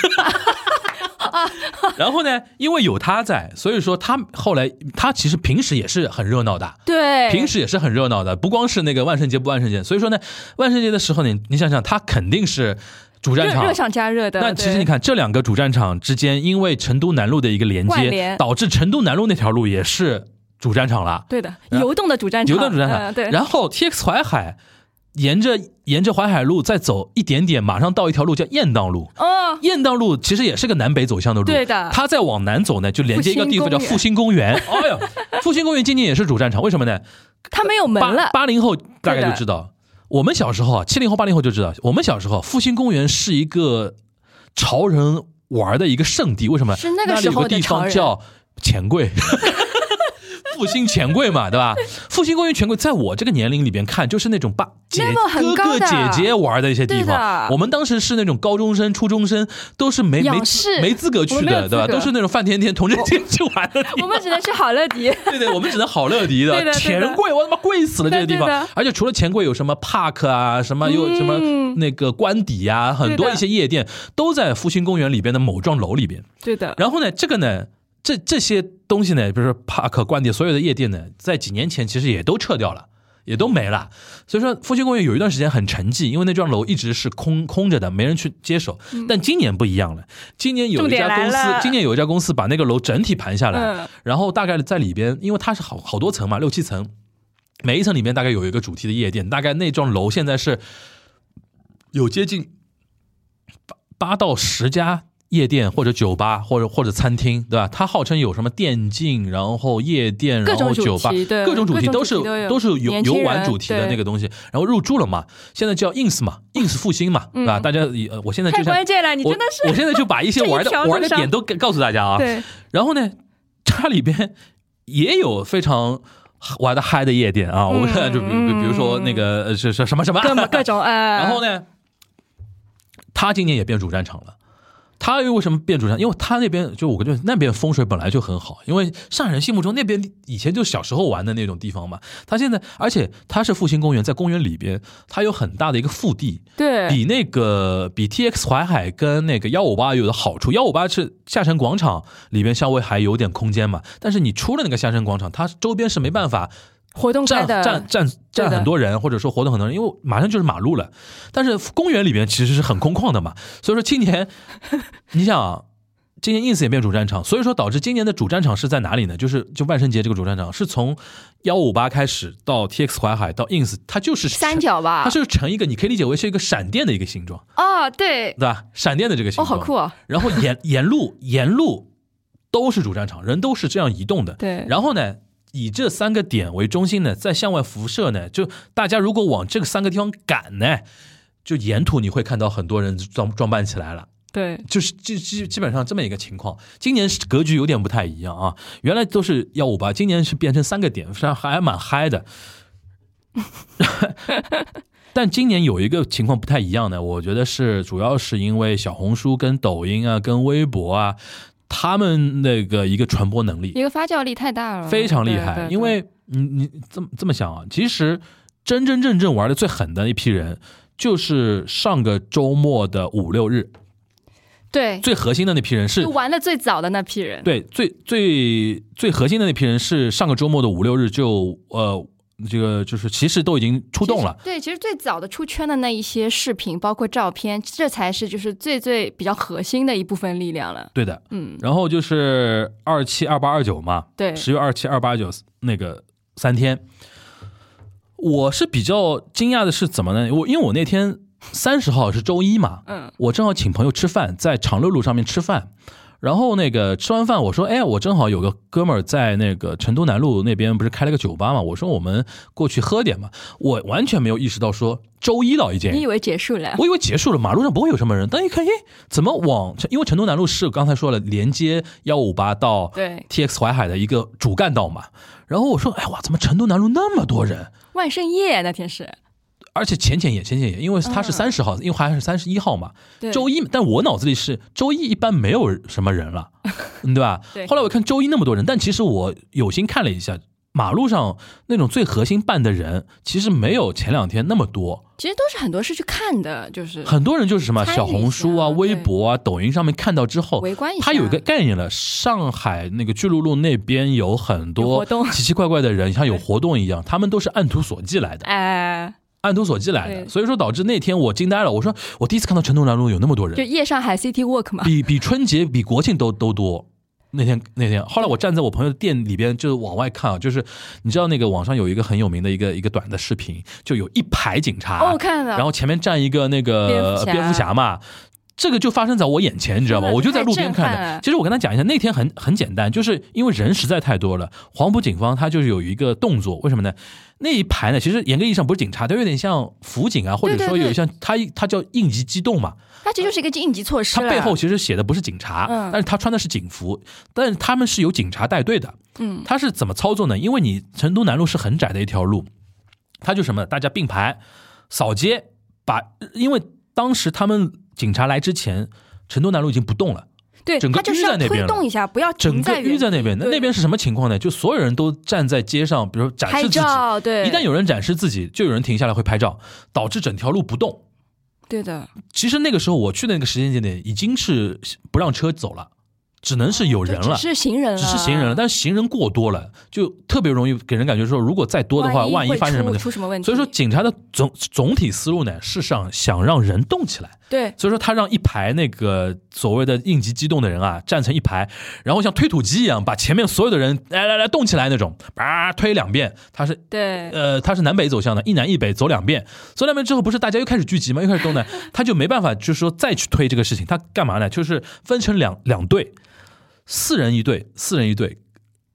Speaker 5: 然后呢，因为有他在，所以说他后来他其实平时也是很热闹的，
Speaker 6: 对，
Speaker 5: 平时也是很热闹的，不光是那个万圣节不万圣节，所以说呢，万圣节的时候呢，你想想他肯定是主
Speaker 6: 热
Speaker 5: 战场
Speaker 6: 热上加热的，
Speaker 5: 那其实你
Speaker 6: 对，
Speaker 5: 看，这两个主战场之间，因为成都南路的一个连
Speaker 6: 关
Speaker 5: 接，
Speaker 6: 联
Speaker 5: 导致成都南路那条路也是主战场了，
Speaker 6: 对的，
Speaker 5: 然后
Speaker 6: 游动的主战场，
Speaker 5: 游啊荡主战场。
Speaker 6: 嗯对，
Speaker 5: 然后 TX 淮海，沿着沿着淮海路再走一点点，马上到一条路叫雁荡路。
Speaker 6: 哦，
Speaker 5: 雁荡路其实也是个南北走向的路，
Speaker 6: 对的
Speaker 5: 它再往南走呢，就连接一个地方叫复
Speaker 6: 复
Speaker 5: 兴公园。哎呦，复兴公园今年也是主战场，为什么呢？
Speaker 6: 他没有门
Speaker 5: 八
Speaker 6: 了，
Speaker 5: 八零后大概就知道，我们小时候啊，七零后、八零后就知道，我们小时候复兴公园是一个潮人玩的一个圣地。为什么？
Speaker 6: 是那个
Speaker 5: 里
Speaker 6: 时
Speaker 5: 有
Speaker 6: 候
Speaker 5: 个
Speaker 6: 的
Speaker 5: 地
Speaker 6: 潮
Speaker 5: 方
Speaker 6: 人
Speaker 5: 叫钱柜。 复兴钱柜嘛，对吧？复兴公园钱柜，在我这个年龄里边看，就是那种爸姐
Speaker 6: level 很
Speaker 5: 哥
Speaker 6: 高
Speaker 5: 哥
Speaker 6: 的
Speaker 5: 姐姐玩的一些地
Speaker 6: 对
Speaker 5: 方
Speaker 6: 的。
Speaker 5: 我们当时是那种高中生、初中生，都是没没
Speaker 6: 仰
Speaker 5: 资
Speaker 6: 视
Speaker 5: 没资格
Speaker 6: 我
Speaker 5: 去
Speaker 6: 们没有
Speaker 5: 的，对吧？
Speaker 6: 资格
Speaker 5: 都是那种范甜甜、童真天去玩的地方。
Speaker 6: 我们只能去好乐 迪，
Speaker 5: 对对，我们只能好乐迪
Speaker 6: 对
Speaker 5: 的
Speaker 6: 的对的
Speaker 5: 钱柜，我他妈贵死了这个地
Speaker 6: 对对
Speaker 5: 方
Speaker 6: 的。
Speaker 5: 而且除了钱柜，有什么 Park 啊，什么又什么那个官邸啊，很多
Speaker 6: 对的
Speaker 5: 一些夜店都在复兴公园里边的某幢楼里边。
Speaker 6: 对的，
Speaker 5: 然后呢，这个呢，这这些东西呢，比如说 Park 官邸，所有的夜店呢，在几年前其实也都撤掉了。也都没了，所以说复兴公园有一段时间很沉寂，因为那幢楼一直是空空着的，没人去接手。但今年不一样了，今年有一家
Speaker 6: 嗯重点来
Speaker 5: 公司
Speaker 6: 了，
Speaker 5: 今年有一家公司把那个楼整体盘下来，
Speaker 6: 嗯
Speaker 5: 然后大概在里边，因为它是好好多层嘛，六七层，每一层里面大概有一个主题的夜店，大概那幢楼现在是有接近八八到十家。夜店或者酒吧或者或者餐厅，对吧？它号称有什么电竞，然后夜店，
Speaker 6: 各
Speaker 5: 然
Speaker 6: 种
Speaker 5: 后
Speaker 6: 主
Speaker 5: 酒吧，
Speaker 6: 题对
Speaker 5: 各种主题
Speaker 6: 各种
Speaker 5: 都
Speaker 6: 主题
Speaker 5: 是
Speaker 6: 都有
Speaker 5: 都是游
Speaker 6: 年
Speaker 5: 游
Speaker 6: 轻人
Speaker 5: 玩主题的
Speaker 6: 对
Speaker 5: 那个东西，然后入驻了嘛，现在叫 ins 嘛，ins 复兴嘛，对吧？大家以呃我现在
Speaker 6: 太
Speaker 5: 就像
Speaker 6: 嗯关键了，你
Speaker 5: 我
Speaker 6: 真的是
Speaker 5: 我现在就把一些
Speaker 6: 这一
Speaker 5: 玩的
Speaker 6: 条路
Speaker 5: 玩的
Speaker 6: 上
Speaker 5: 点都告诉大家啊，
Speaker 6: 对，
Speaker 5: 然后呢，它里边 也有非常玩的嗨的夜店啊，我 看就比比比如说那个呃是是什么什么，
Speaker 6: 各各种哎，
Speaker 5: 然后呢，他今年也变主战场了。他又为什么变主战？因为他那边就我觉得那边风水本来就很好，因为上海人心目中那边以前就小时候玩的那种地方嘛。他现在，而且他是复兴公园，在公园里边，它有很大的一个腹地，
Speaker 6: 对，
Speaker 5: 比那个比 TX 淮海跟那个幺五八有的好处，幺五八是下沉广场里边稍微还有点空间嘛，但是你出了那个下沉广场，它周边是没办法
Speaker 6: 活动开
Speaker 5: 站
Speaker 6: 的，
Speaker 5: 站站
Speaker 6: 嗯对
Speaker 5: 站
Speaker 6: 的
Speaker 5: 很多人，或者说活动很多人，因为马上就是马路了。但是公园里边其实是很空旷的嘛，所以说今年你想 啊。今年 ins 也变主战场，所以说导致今年的主战场是在哪里呢？就是就万圣节这个主战场是从幺五八开始到 TX 淮海到 ins，它就是
Speaker 6: 三角吧
Speaker 5: 它，是成一个，你可以理解为是一个闪电的一个形状，
Speaker 6: 哦，对
Speaker 5: 对，吧？闪电的这个
Speaker 6: 哦，
Speaker 5: 形
Speaker 6: 好
Speaker 5: 状。
Speaker 6: 酷哦，
Speaker 5: 然后沿沿路沿路都是主战场，人都是这样移动的。
Speaker 6: 对
Speaker 5: 然后呢，以这三个点为中心呢，再向外辐射呢，就大家如果往这个三个地方赶呢，就沿途你会看到很多人装装扮起来了。
Speaker 6: 对，
Speaker 5: 就是基基基本上这么一个情况。今年是格局有点不太一样啊，原来都是幺五八，今年是变成三个点，实际上还蛮嗨的。 但今年有一个情况不太一样的，我觉得是主要是因为小红书、跟抖音啊、跟微博啊，他们那个一个传播能力
Speaker 6: 一个发酵力太大了，
Speaker 5: 非常厉
Speaker 6: 对对
Speaker 5: 害。
Speaker 6: 对
Speaker 5: 因为你你这么这么想啊，其实真真正正玩的最狠的一批人，就是上个周末的五六日
Speaker 6: 对
Speaker 5: 最核心的那批人是
Speaker 6: 就玩的最早的那批人，
Speaker 5: 对，最最最核心的那批人是上个周末的五六日就呃，这个就是其实都已经出动了
Speaker 6: 其实。对，其实最早的出圈的那一些视频，包括照片，这才是就是最最比较核心的一部分力量了。
Speaker 5: 对的，
Speaker 6: 嗯，
Speaker 5: 然后就是二七、二八、二九嘛，
Speaker 6: 对，
Speaker 5: 十月二七、二八、九那个三天，我是比较惊讶的是怎么呢？我因为我那天三十号是周一嘛，
Speaker 6: 嗯，
Speaker 5: 我正好请朋友吃饭，在长乐路上面吃饭。然后那个吃完饭，我说，哎，我正好有个哥们儿在那个成都南路那边不是开了个酒吧嘛，我说我们过去喝点嘛。我完全没有意识到说周一了已经，
Speaker 6: 你以为结束了？
Speaker 5: 我以为结束了，马路上不会有什么人，但一看，诶，怎么往？因为成都南路是刚才说了，连接幺五八到
Speaker 6: 对
Speaker 5: T X 淮海的一个主干道嘛。然后我说，哎哇，怎么成都南路那么多人？
Speaker 6: 万圣夜那天是，
Speaker 5: 而且浅浅也浅浅也，因为它是
Speaker 6: 嗯
Speaker 5: 三十号，因为淮海是三十一号嘛。
Speaker 6: 对
Speaker 5: 周一，但我脑子里是周一一般没有什么人了， 嗯对吧？
Speaker 6: 对
Speaker 5: 后来我看周一那么多人，但其实我有心看了一下，马路上那种最核心办的人，其实没有前两天那么多。
Speaker 6: 其实都是很多是去看的，就是
Speaker 5: 很多人就是什么
Speaker 6: 参与一
Speaker 5: 小红书啊、
Speaker 6: 下对
Speaker 5: 微博啊、抖音上面看到之后，
Speaker 6: 围观一下
Speaker 5: 他有一个概念了。上海那个巨鹿路那边有很
Speaker 6: 有
Speaker 5: 多
Speaker 6: 活动
Speaker 5: 奇奇怪怪的人，像有活动一 样，他们都是按图索骥来的，
Speaker 6: 哎，
Speaker 5: 按图索骥来的。
Speaker 6: 对
Speaker 5: 所以说导致那天我惊呆了，我说我第一次看到成都南路有那么多
Speaker 6: 就
Speaker 5: 人，
Speaker 6: 夜上海 City Walk 嘛，
Speaker 5: 比比春节、比国庆都都多。那天那天，后来我站在我朋友的店里边，就是往外看啊，就是你知道那个网上有一个很有名的一个一个短的视频，就有一排警察，
Speaker 6: 哦，我看了，
Speaker 5: 啊然后前面站一个那个
Speaker 6: 蝙蝠侠
Speaker 5: 蝙蝠侠嘛，这个就发生在我眼前，你知道吗？
Speaker 6: 真的
Speaker 5: 我就在路边
Speaker 6: 太震
Speaker 5: 看
Speaker 6: 撼
Speaker 5: 的
Speaker 6: 了。
Speaker 5: 其实我跟他讲一下，那天很很简单，就是因为人实在太多了，黄埔警方他就是有一个动作，为什么呢？那一排呢，其实严格意义上不是警察，它有点像辅警啊，或者
Speaker 6: 对对
Speaker 5: 说
Speaker 6: 对
Speaker 5: 有像他他叫应急机动嘛，
Speaker 6: 它这就是一个应急措施
Speaker 5: 他
Speaker 6: 了，
Speaker 5: 背后其实写的不是警察，
Speaker 6: 嗯
Speaker 5: 但是他穿的是警服，但是他们是有警察带队的。
Speaker 6: 嗯，
Speaker 5: 他是怎么操作呢？因为你成都南路是很窄的一条路，他就什么呢？大家并排扫街，把因为当时他们警察来之前，成都南路已经不动了。
Speaker 6: 对，
Speaker 5: 整个
Speaker 6: 它就是
Speaker 5: 淤在
Speaker 6: 要
Speaker 5: 那边
Speaker 6: 推
Speaker 5: 了
Speaker 6: 动一下，不要
Speaker 5: 整
Speaker 6: 停
Speaker 5: 个
Speaker 6: 在原
Speaker 5: 淤在那
Speaker 6: 地
Speaker 5: 边，那
Speaker 6: 对
Speaker 5: 那边是什么情况呢？就所有人都站在街上，比如说展
Speaker 6: 拍
Speaker 5: 示自己，
Speaker 6: 照，对，
Speaker 5: 一旦有人展示自己，就有人停下来会拍照，导致整条路不动。
Speaker 6: 对的，
Speaker 5: 其实那个时候我去的那个时间节点已经是不让车走了，只能是有人
Speaker 6: 就
Speaker 5: 了，
Speaker 6: 只是行人了，
Speaker 5: 只是行人了，但是行人过多了，就特别容易给人感觉说，如果再多的话，万一
Speaker 6: 会
Speaker 5: 发生什么
Speaker 6: 出
Speaker 5: 的。
Speaker 6: 出什么问题？
Speaker 5: 所以说，警察的总总体思路呢，是想想让人动起来。
Speaker 6: 对
Speaker 5: 所以说，他让一排那个所谓的应急机动的人啊，站成一排，然后像推土机一样，把前面所有的人来来来动起来那种，叭推两遍。他是
Speaker 6: 对
Speaker 5: 呃，它是南北走向的，一南一北走两遍，走两遍之后，不是大家又开始聚集吗？又开始 动呢，他就没办法，就是说再去推这个事情，他干嘛呢？就是分成两两队，四人一队，四人一队，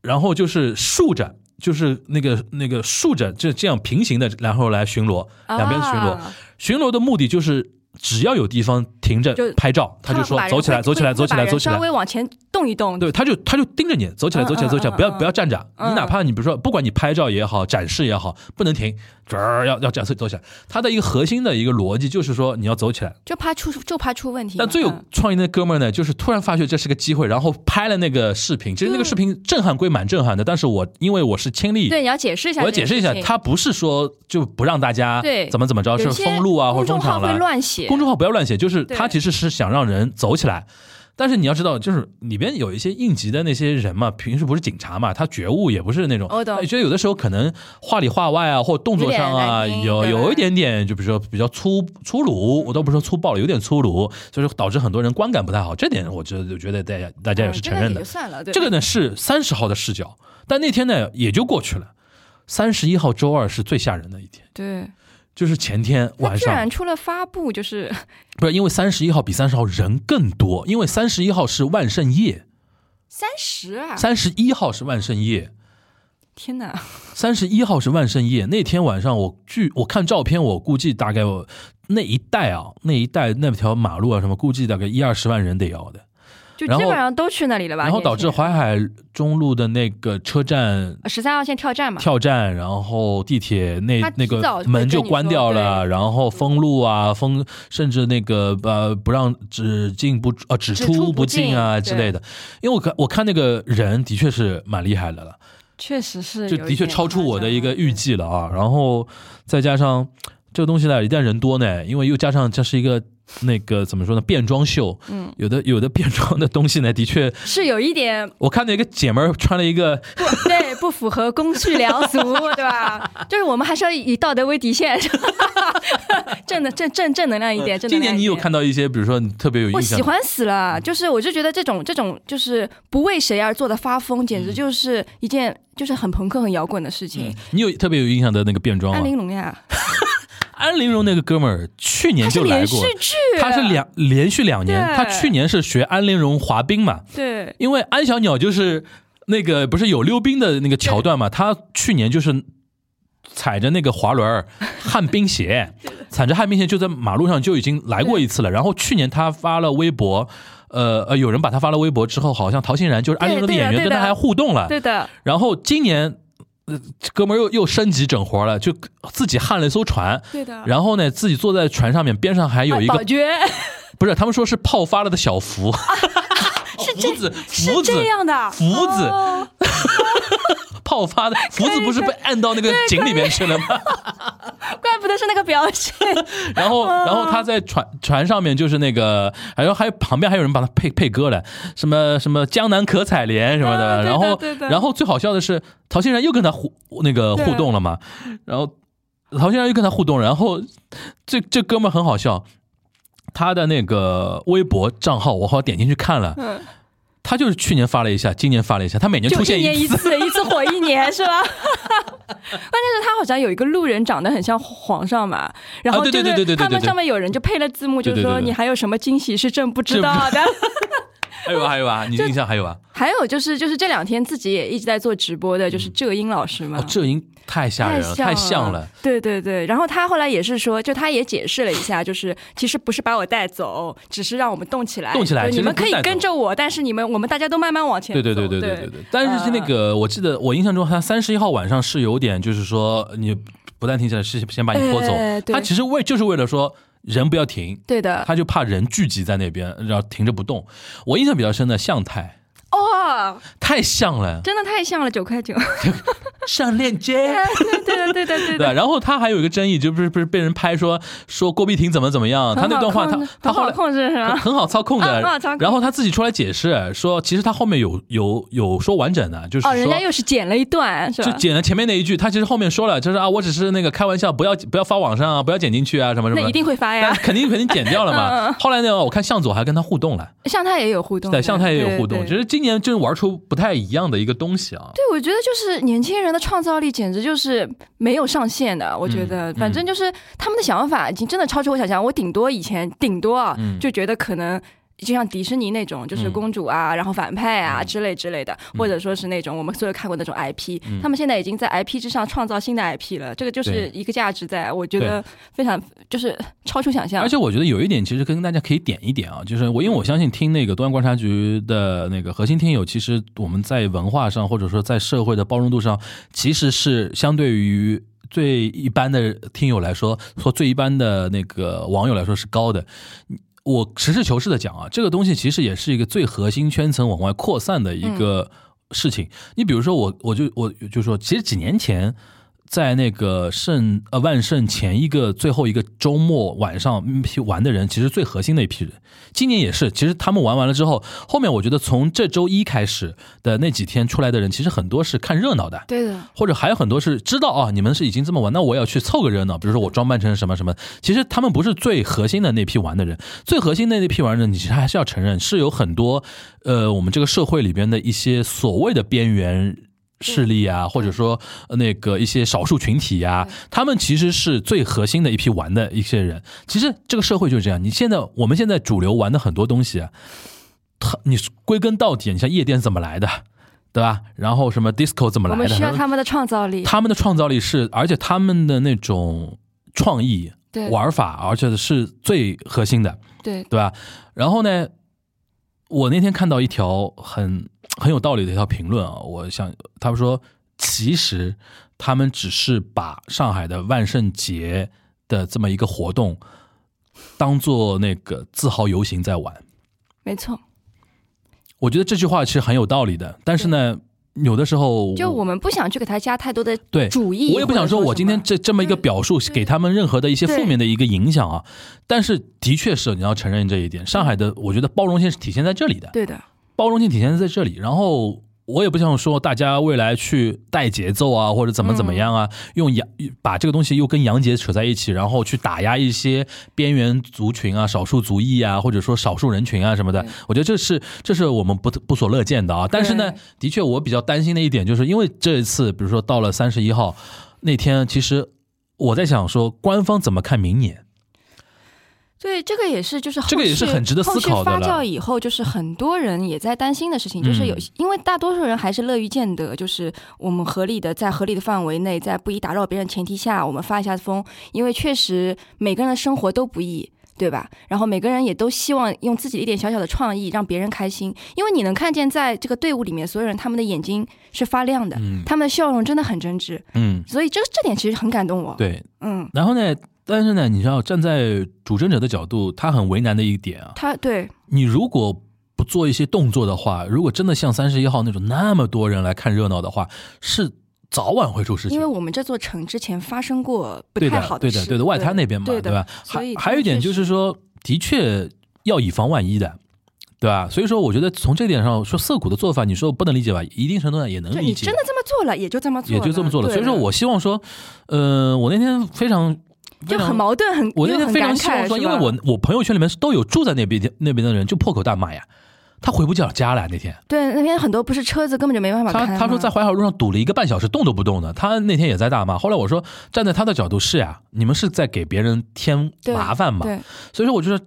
Speaker 5: 然后就是竖着。就是那个那个竖着这这样平行的，然后来巡逻，两边巡逻。
Speaker 6: 啊
Speaker 5: 巡逻的目的就是，只要有地方停着
Speaker 6: 就
Speaker 5: 拍照，他就
Speaker 6: 会
Speaker 5: 说
Speaker 6: 把人
Speaker 5: 走起来，
Speaker 6: 会
Speaker 5: 走起来，
Speaker 6: 会
Speaker 5: 走起
Speaker 6: 把
Speaker 5: 来，
Speaker 6: 人
Speaker 5: 走起来
Speaker 6: 稍。微往前动一动，
Speaker 5: 对，他就他就盯着你，走起来，
Speaker 6: 嗯
Speaker 5: 走起来，
Speaker 6: 嗯
Speaker 5: 走起来，
Speaker 6: 嗯
Speaker 5: 不要
Speaker 6: 嗯
Speaker 5: 不要站着，
Speaker 6: 嗯
Speaker 5: 你哪怕你比如说，不管你拍照也好，展示也好，不能停，这儿要要这样走起来。他的一个核心的一个逻辑就是说你要走起来。
Speaker 6: 就怕出就怕出问题嘛。
Speaker 5: 但最有
Speaker 6: 嗯
Speaker 5: 创意的哥们儿呢，就是突然发觉这是个机会，然后拍了那个视频。其实那个视频震撼归蛮震撼的，但是我因为我是亲历。
Speaker 6: 对，你要解释一下
Speaker 5: 我
Speaker 6: 这
Speaker 5: 要解
Speaker 6: 件事
Speaker 5: 释一
Speaker 6: 情，
Speaker 5: 下，他不是说就不让大家
Speaker 6: 对
Speaker 5: 怎么怎么着，
Speaker 6: 有
Speaker 5: 是
Speaker 6: 些
Speaker 5: 封路啊或
Speaker 6: 公
Speaker 5: 者封
Speaker 6: 众号
Speaker 5: 场了。
Speaker 6: 会乱写，嗯
Speaker 5: 公众号不要乱写，就是
Speaker 6: 对
Speaker 5: 他其实是想让人走起来。但是你要知道，就是里边有一些应急的那些人嘛，平时不是警察嘛，他觉悟也不是那种，哎
Speaker 6: 我哦懂
Speaker 5: 觉得有的时候可能话里话外啊，或动作上啊，
Speaker 6: 有点难听
Speaker 5: 有
Speaker 6: 对吧
Speaker 5: 有一点点，就比如说比较粗粗鲁，我都不说粗暴了，有点粗鲁，所以说导致很多人观感不太好。这点我觉得觉得大家大家也
Speaker 6: 嗯
Speaker 5: 是
Speaker 6: 这
Speaker 5: 承
Speaker 6: 个
Speaker 5: 认
Speaker 6: 也
Speaker 5: 的
Speaker 6: 就。算了，对
Speaker 5: 这个呢是三十号的视角，但那天呢也就过去了。三十一号周二是最吓人的一天，
Speaker 6: 对，
Speaker 5: 就是前天
Speaker 6: 他
Speaker 5: 晚
Speaker 6: 居
Speaker 5: 上
Speaker 6: 然出了发布，就是
Speaker 5: 不是因为三十一号比三十号人更多，因为三十一号是万圣夜，
Speaker 6: 三十啊，
Speaker 5: 三十一号是万圣夜，
Speaker 6: 天哪，
Speaker 5: 三十一号是万圣夜。那天晚上我据我看照片，我估计大概我那一带啊，那一带那条马路啊什么，估计大概一二十万人得要的。
Speaker 6: 就
Speaker 5: 然
Speaker 6: 基
Speaker 5: 后
Speaker 6: 本上都去那里了吧？
Speaker 5: 然后导致淮海中路的那个车站
Speaker 6: 呃十三号线跳站嘛，
Speaker 5: 跳站，然后地铁那
Speaker 6: 他
Speaker 5: 那
Speaker 6: 提早
Speaker 5: 个
Speaker 6: 会跟
Speaker 5: 门就
Speaker 6: 你
Speaker 5: 关
Speaker 6: 说
Speaker 5: 掉
Speaker 6: 对
Speaker 5: 了，然后封路啊，封甚至那个呃不让只进不啊只
Speaker 6: 只出
Speaker 5: 出
Speaker 6: 不
Speaker 5: 不进啊
Speaker 6: 进
Speaker 5: 之类的。因为我看我看那个人的确是蛮厉害的了，
Speaker 6: 确实是
Speaker 5: 就
Speaker 6: 有
Speaker 5: 的
Speaker 6: 一
Speaker 5: 确
Speaker 6: 点
Speaker 5: 超出我的一个预
Speaker 6: 夸张。
Speaker 5: 计了啊。然后再加上这个东西呢，一旦人多呢，因为又加上这是一个那个怎么说呢，变装秀，嗯，有的有的变装的东西呢，的确，
Speaker 6: 是有一点
Speaker 5: 我看到一个姐们儿穿了一个
Speaker 6: 不对，不符合公序良俗， 对吧？就是我们还是要以道德为底线， 正的正正正能量一点。正
Speaker 5: 今
Speaker 6: 能量
Speaker 5: 年你有
Speaker 6: 一点
Speaker 5: 看到一些，比如说你特别有
Speaker 6: 我
Speaker 5: 印象
Speaker 6: 喜
Speaker 5: 的，
Speaker 6: 欢死
Speaker 5: 嗯
Speaker 6: 了，就是我就觉得这种这种就是不为谁而做的发疯，
Speaker 5: 嗯
Speaker 6: 简直就是一件就是很朋克、很摇滚的事情。
Speaker 5: 你有特别有印象的那个变装
Speaker 6: 嗯安
Speaker 5: 吗？
Speaker 6: 玲珑呀，
Speaker 5: 安陵容那个哥们儿去年
Speaker 6: 它是
Speaker 5: 就来
Speaker 6: 连续
Speaker 5: 过，
Speaker 6: 剧，啊
Speaker 5: 他是两连续两年，
Speaker 6: 对
Speaker 5: 他去年是学安陵容滑冰嘛，
Speaker 6: 对
Speaker 5: 因为安小鸟就是那个不是有溜冰的那个桥段嘛，他去年就是。踩着那个滑轮 儿、旱冰鞋，踩着旱冰鞋就在马路上就已经来过一次了。然后去年他发了微博，呃呃，有人把他发了微博之后，好像陶欣然就是安陵容的
Speaker 6: 对对的啊
Speaker 5: 演员，跟
Speaker 6: 对
Speaker 5: 他
Speaker 6: 的
Speaker 5: 还互动了。
Speaker 6: 对的，
Speaker 5: 然后今年，呃，哥们儿又又升级整活了，就自己焊了一艘船。
Speaker 6: 对的
Speaker 5: 然后呢，自己坐在船上面，边上还有一
Speaker 6: 保
Speaker 5: 个哦
Speaker 6: 爵
Speaker 5: 不是，他们说是泡发了的小 福，
Speaker 6: 啊是
Speaker 5: 福子，
Speaker 6: 是
Speaker 5: 福子，
Speaker 6: 这样的，
Speaker 5: 福子
Speaker 6: 哦
Speaker 5: 泡发的福子不是被按到那个井里面去了吗？
Speaker 6: 怪不得是那个表 情。
Speaker 5: 然后，
Speaker 6: 嗯
Speaker 5: 然后他在船船上面就是那个，然后还有旁边还有人帮他配配歌了，什么什么江南可采莲什么的。
Speaker 6: 啊对的
Speaker 5: 然后
Speaker 6: 对，的
Speaker 5: 然后最好笑的是，陶欣然又跟他互那个互动了嘛，然后陶欣然又跟他互动，然后这这哥们儿很好笑，他的那个微博账号我好像点进去看了，
Speaker 6: 嗯
Speaker 5: 他就是去年发了一下，今年发了一下，他每年
Speaker 6: 就
Speaker 5: 出
Speaker 6: 一
Speaker 5: 现
Speaker 6: 年一
Speaker 5: 次。
Speaker 6: 次，一次火一年是吧？关 键是他好像有一个路人长得很像皇上嘛，然后
Speaker 5: 啊对对
Speaker 6: 就
Speaker 5: 对对对
Speaker 6: 是他
Speaker 5: 对
Speaker 6: 们
Speaker 5: 对
Speaker 6: 上面有人就配了字幕，就
Speaker 5: 对对
Speaker 6: 是
Speaker 5: 对
Speaker 6: 说
Speaker 5: 对
Speaker 6: 你还有什么惊喜是朕不知
Speaker 5: 朕不
Speaker 6: 道的。
Speaker 5: 还有啊，还有啊，你印象还有啊？
Speaker 6: 还有就是就是这两天自己也一直在做直播的，就是浙英老师嘛。
Speaker 5: 哦，这已经太吓人了，太像了。，
Speaker 6: 对对对。然后他后来也是说，就他也解释了一下，就是其实不是把我带走，只是让我们动起来，
Speaker 5: 动起来
Speaker 6: 就你们
Speaker 5: 其实不
Speaker 6: 可
Speaker 5: 是
Speaker 6: 以
Speaker 5: 带走
Speaker 6: 跟着我，但是你们我们大家都慢慢往前
Speaker 5: 对
Speaker 6: 走。
Speaker 5: 对对
Speaker 6: 对呃
Speaker 5: 对对对对。但是那个，我记得我印象中，他三十一号晚上是有点，就是说你不但停下来，是先把你拖走
Speaker 6: 哎。对
Speaker 5: 他其实为就是为了说人不要停，
Speaker 6: 对的，
Speaker 5: 他就怕人聚集在那边，然后停着不动。我印象比较深的向太，
Speaker 6: 哦，
Speaker 5: 太像了，
Speaker 6: 真的太像了，九 块九。
Speaker 5: 上链接。
Speaker 6: 对对对对对
Speaker 5: 对吧，
Speaker 6: 对。
Speaker 5: 然后他还有一个争议，就不是不是被人拍说说郭碧婷怎么怎么样， 他那段话他他后
Speaker 6: 很好
Speaker 5: 来
Speaker 6: 控制是
Speaker 5: 很
Speaker 6: 吧？
Speaker 5: 很好操控的
Speaker 6: 嗯很好操控，
Speaker 5: 然后他自己出来解释说，其实他后面有有有说完整的，就是
Speaker 6: 哦，人
Speaker 5: 说
Speaker 6: 家又是剪了一段是
Speaker 5: 就
Speaker 6: 吧？
Speaker 5: 剪了前面那一句，他其实后面说了，就是啊，我只是那个开玩笑，不要不要发网上啊，不要剪进去啊，什么什么的。
Speaker 6: 那一定会发
Speaker 5: 但
Speaker 6: 呀。
Speaker 5: 肯定肯定剪掉了
Speaker 6: 嗯
Speaker 5: 嘛。后来呢，我看向佐还跟他互动了，
Speaker 6: 向太也有互动的，
Speaker 5: 对，向太也有互动。
Speaker 6: 对
Speaker 5: 其实今年就是玩出不太一样的一个东西啊。
Speaker 6: 对，我觉得就是年轻人的创造力简直就是没有上限的。我觉得，
Speaker 5: 嗯
Speaker 6: 反正就是他们的想法已经真的超出我想象。我顶多以前顶多啊，
Speaker 5: 嗯
Speaker 6: 就觉得可能。就像迪士尼那种，就是
Speaker 5: 嗯
Speaker 6: 公主啊，然后反派啊之类之类的，或者说是那种我们所有看过那种 IP，、他们现在已经在 IP 之上创造新的 IP 了，这个就
Speaker 5: 嗯
Speaker 6: 是
Speaker 5: 对
Speaker 6: 一个价值在，我觉得非常就是超出想象。
Speaker 5: 而且我觉得有一点，其实跟大家可以点一点啊，就是我因为我相信听那个东安观察局的那个核心听友，其实我们在文化上或者说在社会的包容度上，其实是相对于。最一般的听友来说，说最一般的那个网友来说是高的。我实事求是的讲啊，这个东西其实也是一个最核心圈层往外扩散的一个事情。你比如说我，我就我就说，其实几年前在那个圣呃万圣前一个最后一个周末晚上嗯批玩的人，其实最核心的一批人，今年也是。其实他们玩完了之后，后面我觉得从这周一开始的那几天出来的人，其实很多是看热闹的。
Speaker 6: 对的，
Speaker 5: 或者还有很多是知道啊，你们是已经这么玩，那我也要去凑个热闹。比如说我装扮成什么什么，其实他们不是最核心的那批玩的人，最核心的那批玩的人，你其实还是要承认是有很多，呃，我们这个社会里边的一些所谓的边缘。势力啊，或者说呃那个一些少数群体呀、他们其实是最核心的一批玩的一些人。其实这个社会就是这样，你现在我们现在主流玩的很多东西啊，它你归根到底，你像夜店怎么来的，对吧？然后什么 disco 怎么
Speaker 6: 我
Speaker 5: 来的？
Speaker 6: 们需要他们的创造力。
Speaker 5: 他们的创造力是，而且他们的那种创意
Speaker 6: 对
Speaker 5: 玩法，而且是最核心的，
Speaker 6: 对，
Speaker 5: 对吧？然后呢，我那天看到一条很很有道理的一条评论啊，我想他们说，其实他们只是把上海的万圣节的这么一个活动当做那个自豪游行在玩。
Speaker 6: 没错。
Speaker 5: 我觉得这句话其实很有道理的，但是呢，有的时候
Speaker 6: 就我们不想去给他加太多的
Speaker 5: 对
Speaker 6: 主义，
Speaker 5: 我也不想说我今天这这么一个表述是给他们任何的一些负面的一个影响啊，但是的确是你要承认这一点，上海的我觉得包容性是体现在这里的，
Speaker 6: 对的，
Speaker 5: 包容性体现在这里，然后。我也不想说大家未来去带节奏啊，或者怎么怎么样啊，
Speaker 6: 嗯
Speaker 5: 用洋把这个东西又跟洋节扯在一起，然后去打压一些边缘族群啊、少数族裔啊，或者说少数人群啊什么的
Speaker 6: 对。
Speaker 5: 我觉得这是这是我们不不所乐见的啊。但是呢
Speaker 6: 对，
Speaker 5: 的确我比较担心的一点就是，因为这一次，比如说到了三十一号那天，其实我在想说，官方怎么看明年？
Speaker 6: 对，这个也是，就是后
Speaker 5: 这个也是
Speaker 6: 续
Speaker 5: 很值得思考的
Speaker 6: 后续
Speaker 5: 了
Speaker 6: 发酵以后，就是很多人也在担心的事情，就是有，
Speaker 5: 嗯
Speaker 6: 因为大多数人还是乐于见得，就是我们合理的在合理的范围内，在不以打扰别人的前提下，我们发一下疯，因为确实每个人的生活都不易。对吧？然后每个人也都希望用自己的一点小小的创意让别人开心，因为你能看见在这个队伍里面所有人他们的眼睛是发亮的，
Speaker 5: 嗯
Speaker 6: 他们的笑容真的很真挚，
Speaker 5: 嗯，
Speaker 6: 所以这这点其实很感动我。，
Speaker 5: 对。
Speaker 6: 嗯，
Speaker 5: 然后呢，但是呢，你知道站在主政者的角度，他很为难的一点啊，
Speaker 6: 他对
Speaker 5: 你如果不做一些动作的话，如果真的像三十一号那种那么多人来看热闹的话，是早晚会出事情
Speaker 6: 因为。我们这座城之前发生过不
Speaker 5: 对
Speaker 6: 太
Speaker 5: 的
Speaker 6: 好，
Speaker 5: 对
Speaker 6: 事，
Speaker 5: 的，对的，外滩那边嘛，
Speaker 6: 对的
Speaker 5: 吧？
Speaker 6: 所
Speaker 5: 还
Speaker 6: 以
Speaker 5: 还有一点就是说，的确要以防万一的，对吧？所以说，我觉得从这点上说，涩谷的做法，你说不能理解吧？一定程度上也能
Speaker 6: 就
Speaker 5: 理
Speaker 6: 你
Speaker 5: 解，
Speaker 6: 真的这么做了，也就这么做了，
Speaker 5: 也就这么做了。
Speaker 6: 对啊
Speaker 5: 所以说我希望说，呃，我那天非常
Speaker 6: 就很。矛盾，很
Speaker 5: 我那
Speaker 6: 又
Speaker 5: 天
Speaker 6: 很
Speaker 5: 非常
Speaker 6: 感
Speaker 5: 希望
Speaker 6: 慨，
Speaker 5: 说，
Speaker 6: 是
Speaker 5: 因为
Speaker 6: 吧
Speaker 5: 我我朋友圈里面是都有住在那边那边的人，就破口大骂呀，他回不了家了那天。
Speaker 6: 对那边很多不是车子根本就没办法
Speaker 5: 他
Speaker 6: 开嘛，
Speaker 5: 他说在淮海路上堵了一个半小时，动都不动的。他那天也在大骂。后来我说，站在他的角度是呀、你们是在给别人添
Speaker 6: 对
Speaker 5: 麻烦嘛。
Speaker 6: 对
Speaker 5: 所以说，我就说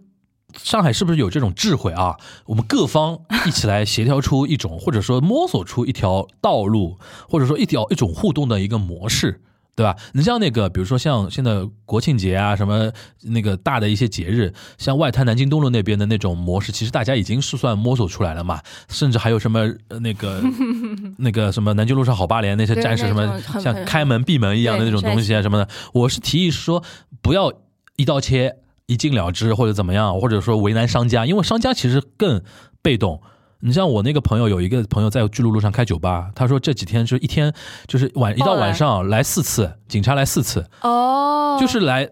Speaker 5: 上海是不是有这种智慧啊？我们各方一起来协调出一种，或者说摸索出一条道路，或者说一条一种互动的一个模式。对吧？你像那个，比如说像现在国庆节啊，什么那个大的一些节日，像外滩南京东路那边的那种模式，其实大家已经是算摸索出来了嘛。甚至还有什么呃那 个那个什么南京路上好八连那些
Speaker 6: 对
Speaker 5: 战士
Speaker 6: 那
Speaker 5: 什么
Speaker 6: 种很
Speaker 5: 像
Speaker 6: 很
Speaker 5: 开门闭门一样的那
Speaker 6: 对
Speaker 5: 种
Speaker 6: 很
Speaker 5: 东西啊什么的，我是提议说不要一刀切、一禁了之或者怎么样，或者说为难商家，因为商家其实更被动。你像我那个朋友，有一个朋友在巨鹿路上开酒吧，他说这几天就是一天就是晚一到
Speaker 6: 爆了
Speaker 5: 晚上来四次，警察来四次，
Speaker 6: 哦，
Speaker 5: 就是来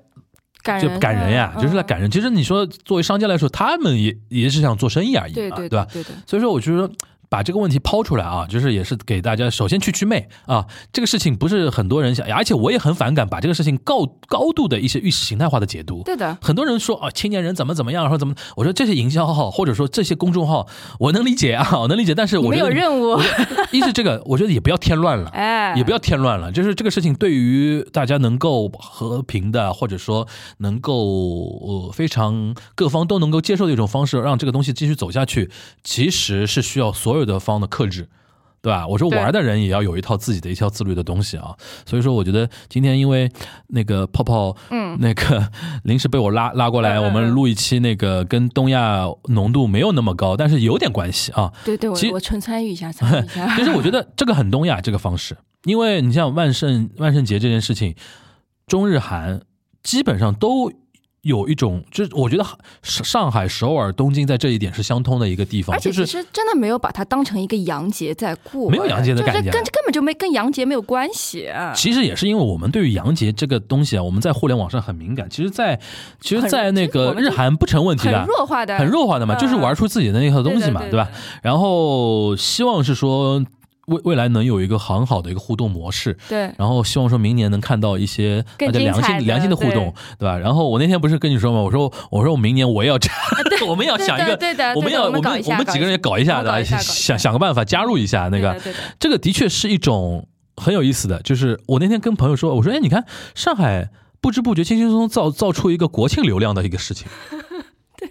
Speaker 6: 感
Speaker 5: 就
Speaker 6: 人嗯
Speaker 5: 赶人呀，就是来
Speaker 6: 感
Speaker 5: 赶人。其实你说作为商家来说，他们也也是想做生意而已
Speaker 6: 嗯对
Speaker 5: 嘛，
Speaker 6: 对
Speaker 5: 吧？
Speaker 6: 对对的，
Speaker 5: 所以说，我觉得把这个问题抛出来啊，就是也是给大家首先去祛魅啊，这个事情不是很多人想，而且我也很反感把这个事情高高度的一些意识形态化的解读。
Speaker 6: 对的，
Speaker 5: 很多人说啊，青年人怎么怎么样，然后怎么，我说这些营销号或者说这些公众号，我能理解啊，我能理解，但是
Speaker 6: 你
Speaker 5: 我
Speaker 6: 们
Speaker 5: 觉
Speaker 6: 有
Speaker 5: 得
Speaker 6: 任务，
Speaker 5: 一是这个，我觉得也不要添乱了。
Speaker 6: 哎，
Speaker 5: 也不要添乱了，就是这个事情对于大家能够和平的，或者说能够呃非常各方都能够接受的一种方式，让这个东西继续走下去，其实是需要所有的方的克制。对吧？我说
Speaker 6: 对
Speaker 5: 玩的人也要有一套自己的一套自律的东西啊，所以说我觉得今天因为那个泡泡，嗯，那个 临时被我拉拉过来，
Speaker 6: 嗯嗯嗯
Speaker 5: 我们录一期那个跟东亚浓度没有那么高，但是有点关系啊，
Speaker 6: 对对，我
Speaker 5: 其实
Speaker 6: 我纯参与一下，参与 一 下，
Speaker 5: 其实我觉得这个很东亚这个方式，因为你像万圣万圣节这件事情，中日韩基本上都有一种，就是我觉得上上海、首尔、东京在这一点是相通的一个地方，
Speaker 6: 而且
Speaker 5: 就
Speaker 6: 其
Speaker 5: 是
Speaker 6: 实真的没有把它当成一个洋节在过，
Speaker 5: 没有洋节的啊
Speaker 6: 就是
Speaker 5: 感觉
Speaker 6: 跟根本就没跟洋节没有关系。啊
Speaker 5: 其实也是因为我们对于洋节这个东西啊，我们在互联网上很敏感，其实在，其实，
Speaker 6: 很
Speaker 5: 在那
Speaker 6: 其实
Speaker 5: 个
Speaker 6: 我们
Speaker 5: 日韩不成问题的
Speaker 6: 很。弱化的，
Speaker 5: 很弱化的嘛，
Speaker 6: 嗯
Speaker 5: 就是玩出自己的那套东西嘛，
Speaker 6: 对的对的
Speaker 5: 吧？然后希望是说未未来能有一个很好的一个互动模式，
Speaker 6: 对，
Speaker 5: 然后希望说明年能看到一些大
Speaker 6: 更
Speaker 5: 家
Speaker 6: 精
Speaker 5: 良
Speaker 6: 彩
Speaker 5: 性
Speaker 6: 的
Speaker 5: 良性的互动，对吧？然后我那天不是跟你说嘛，我说我说我明年我也要 这样，我们也要
Speaker 6: 啊对
Speaker 5: 想一
Speaker 6: 的
Speaker 5: 个，
Speaker 6: 对的
Speaker 5: 我们
Speaker 6: 对的
Speaker 5: 要
Speaker 6: 我们
Speaker 5: 们
Speaker 6: 搞一
Speaker 5: 我
Speaker 6: 下
Speaker 5: 们
Speaker 6: 搞
Speaker 5: 几
Speaker 6: 一
Speaker 5: 个人也搞一下
Speaker 6: 我们搞
Speaker 5: 的，
Speaker 6: 一下搞一
Speaker 5: 想
Speaker 6: 下
Speaker 5: 想个办法加入一下那
Speaker 6: 对
Speaker 5: 个
Speaker 6: 的，对的
Speaker 5: 这个的确是一种很有意思的，就是我那天跟朋友说，我说哎， 你看上海不知不觉轻轻松松造造出一个国庆流量的一个事情，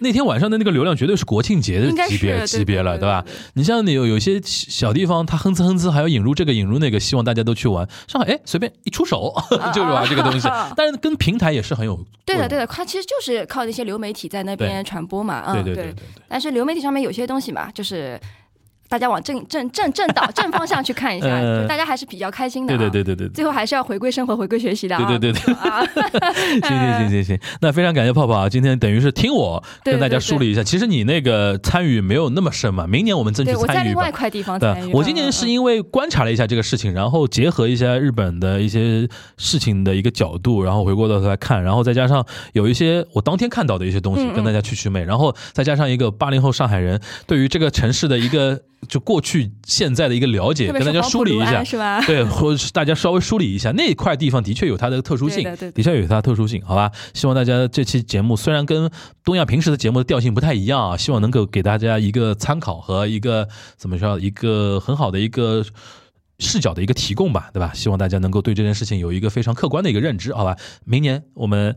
Speaker 5: 那天晚上的那个流量绝对是国庆节的
Speaker 6: 应该
Speaker 5: 级
Speaker 6: 是
Speaker 5: 别
Speaker 6: 对
Speaker 5: 级别了，
Speaker 6: 对
Speaker 5: 对吧？你像你有有些小地方，它哼哧哼哧还要引入这个引入那个，希望大家都去玩。上海哎，随便一出手
Speaker 6: 啊
Speaker 5: 就是玩这个东西，但是跟平台也是很有
Speaker 6: 对的，
Speaker 5: 作
Speaker 6: 对
Speaker 5: 用
Speaker 6: 的，它其实就是靠那些流媒体在那
Speaker 5: 嗯对
Speaker 6: 边传播嘛，啊，
Speaker 5: 对对对对对。
Speaker 6: 但是流媒体上面有些东西嘛，就是大家往正正正正导正方向去看一下，
Speaker 5: 呃
Speaker 6: 就大家还是比较开心的、
Speaker 5: 对
Speaker 6: 啊。
Speaker 5: 对对对对对
Speaker 6: 最后还是要回归生活，回归学习的啊。
Speaker 5: 对对对对，
Speaker 6: 啊，
Speaker 5: 行 行行行行，那非常感谢泡泡啊，今天等于是听我
Speaker 6: 对
Speaker 5: 跟大家
Speaker 6: 对对
Speaker 5: 梳理一下，其实你那个参与没有那么深嘛，明年我们争取
Speaker 6: 对我在
Speaker 5: 参与
Speaker 6: 另外
Speaker 5: 吧
Speaker 6: 一。块地方
Speaker 5: 对
Speaker 6: 参与。，
Speaker 5: 我今年
Speaker 6: 嗯
Speaker 5: 是因为观察了一下这个事情，然后结合一下日本的一些事情的一个角度，然后回过头来看，然后再加上有一些我当天看到的一些东西，
Speaker 6: 嗯嗯
Speaker 5: 跟大家去去魅，然后再加上一个八零后上海人对于这个城市的一个就过去现在的一个了解，
Speaker 6: 嗯特别
Speaker 5: 跟
Speaker 6: 是
Speaker 5: 大家
Speaker 6: 黄
Speaker 5: 梳
Speaker 6: 浦
Speaker 5: 理
Speaker 6: 卢
Speaker 5: 一下
Speaker 6: 岸，是 吧？
Speaker 5: 对，或者是大家稍微梳理一下那块地方，的确有它的特殊性，
Speaker 6: 对的对的
Speaker 5: 确有它的特殊性，好吧？希望大家这期节目虽然跟东亚平时的节目的调性不太一样啊，希望能够给大家一个参考和一个怎么说，一个很好的一个。视角的一个提供吧，对吧？希望大家能够对这件事情有一个非常客观的一个认知，好吧？明年我们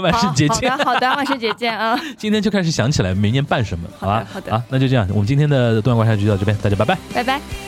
Speaker 5: 万
Speaker 6: 好
Speaker 5: 圣节见
Speaker 6: 好。的，好的， 万圣节见啊！
Speaker 5: 今天就开始想起来明年办什么，好吧？
Speaker 6: 好的好的
Speaker 5: 啊，那就这样，我们今天的东亚观察局到这边，大家拜拜。
Speaker 6: 拜拜。
Speaker 5: 拜拜。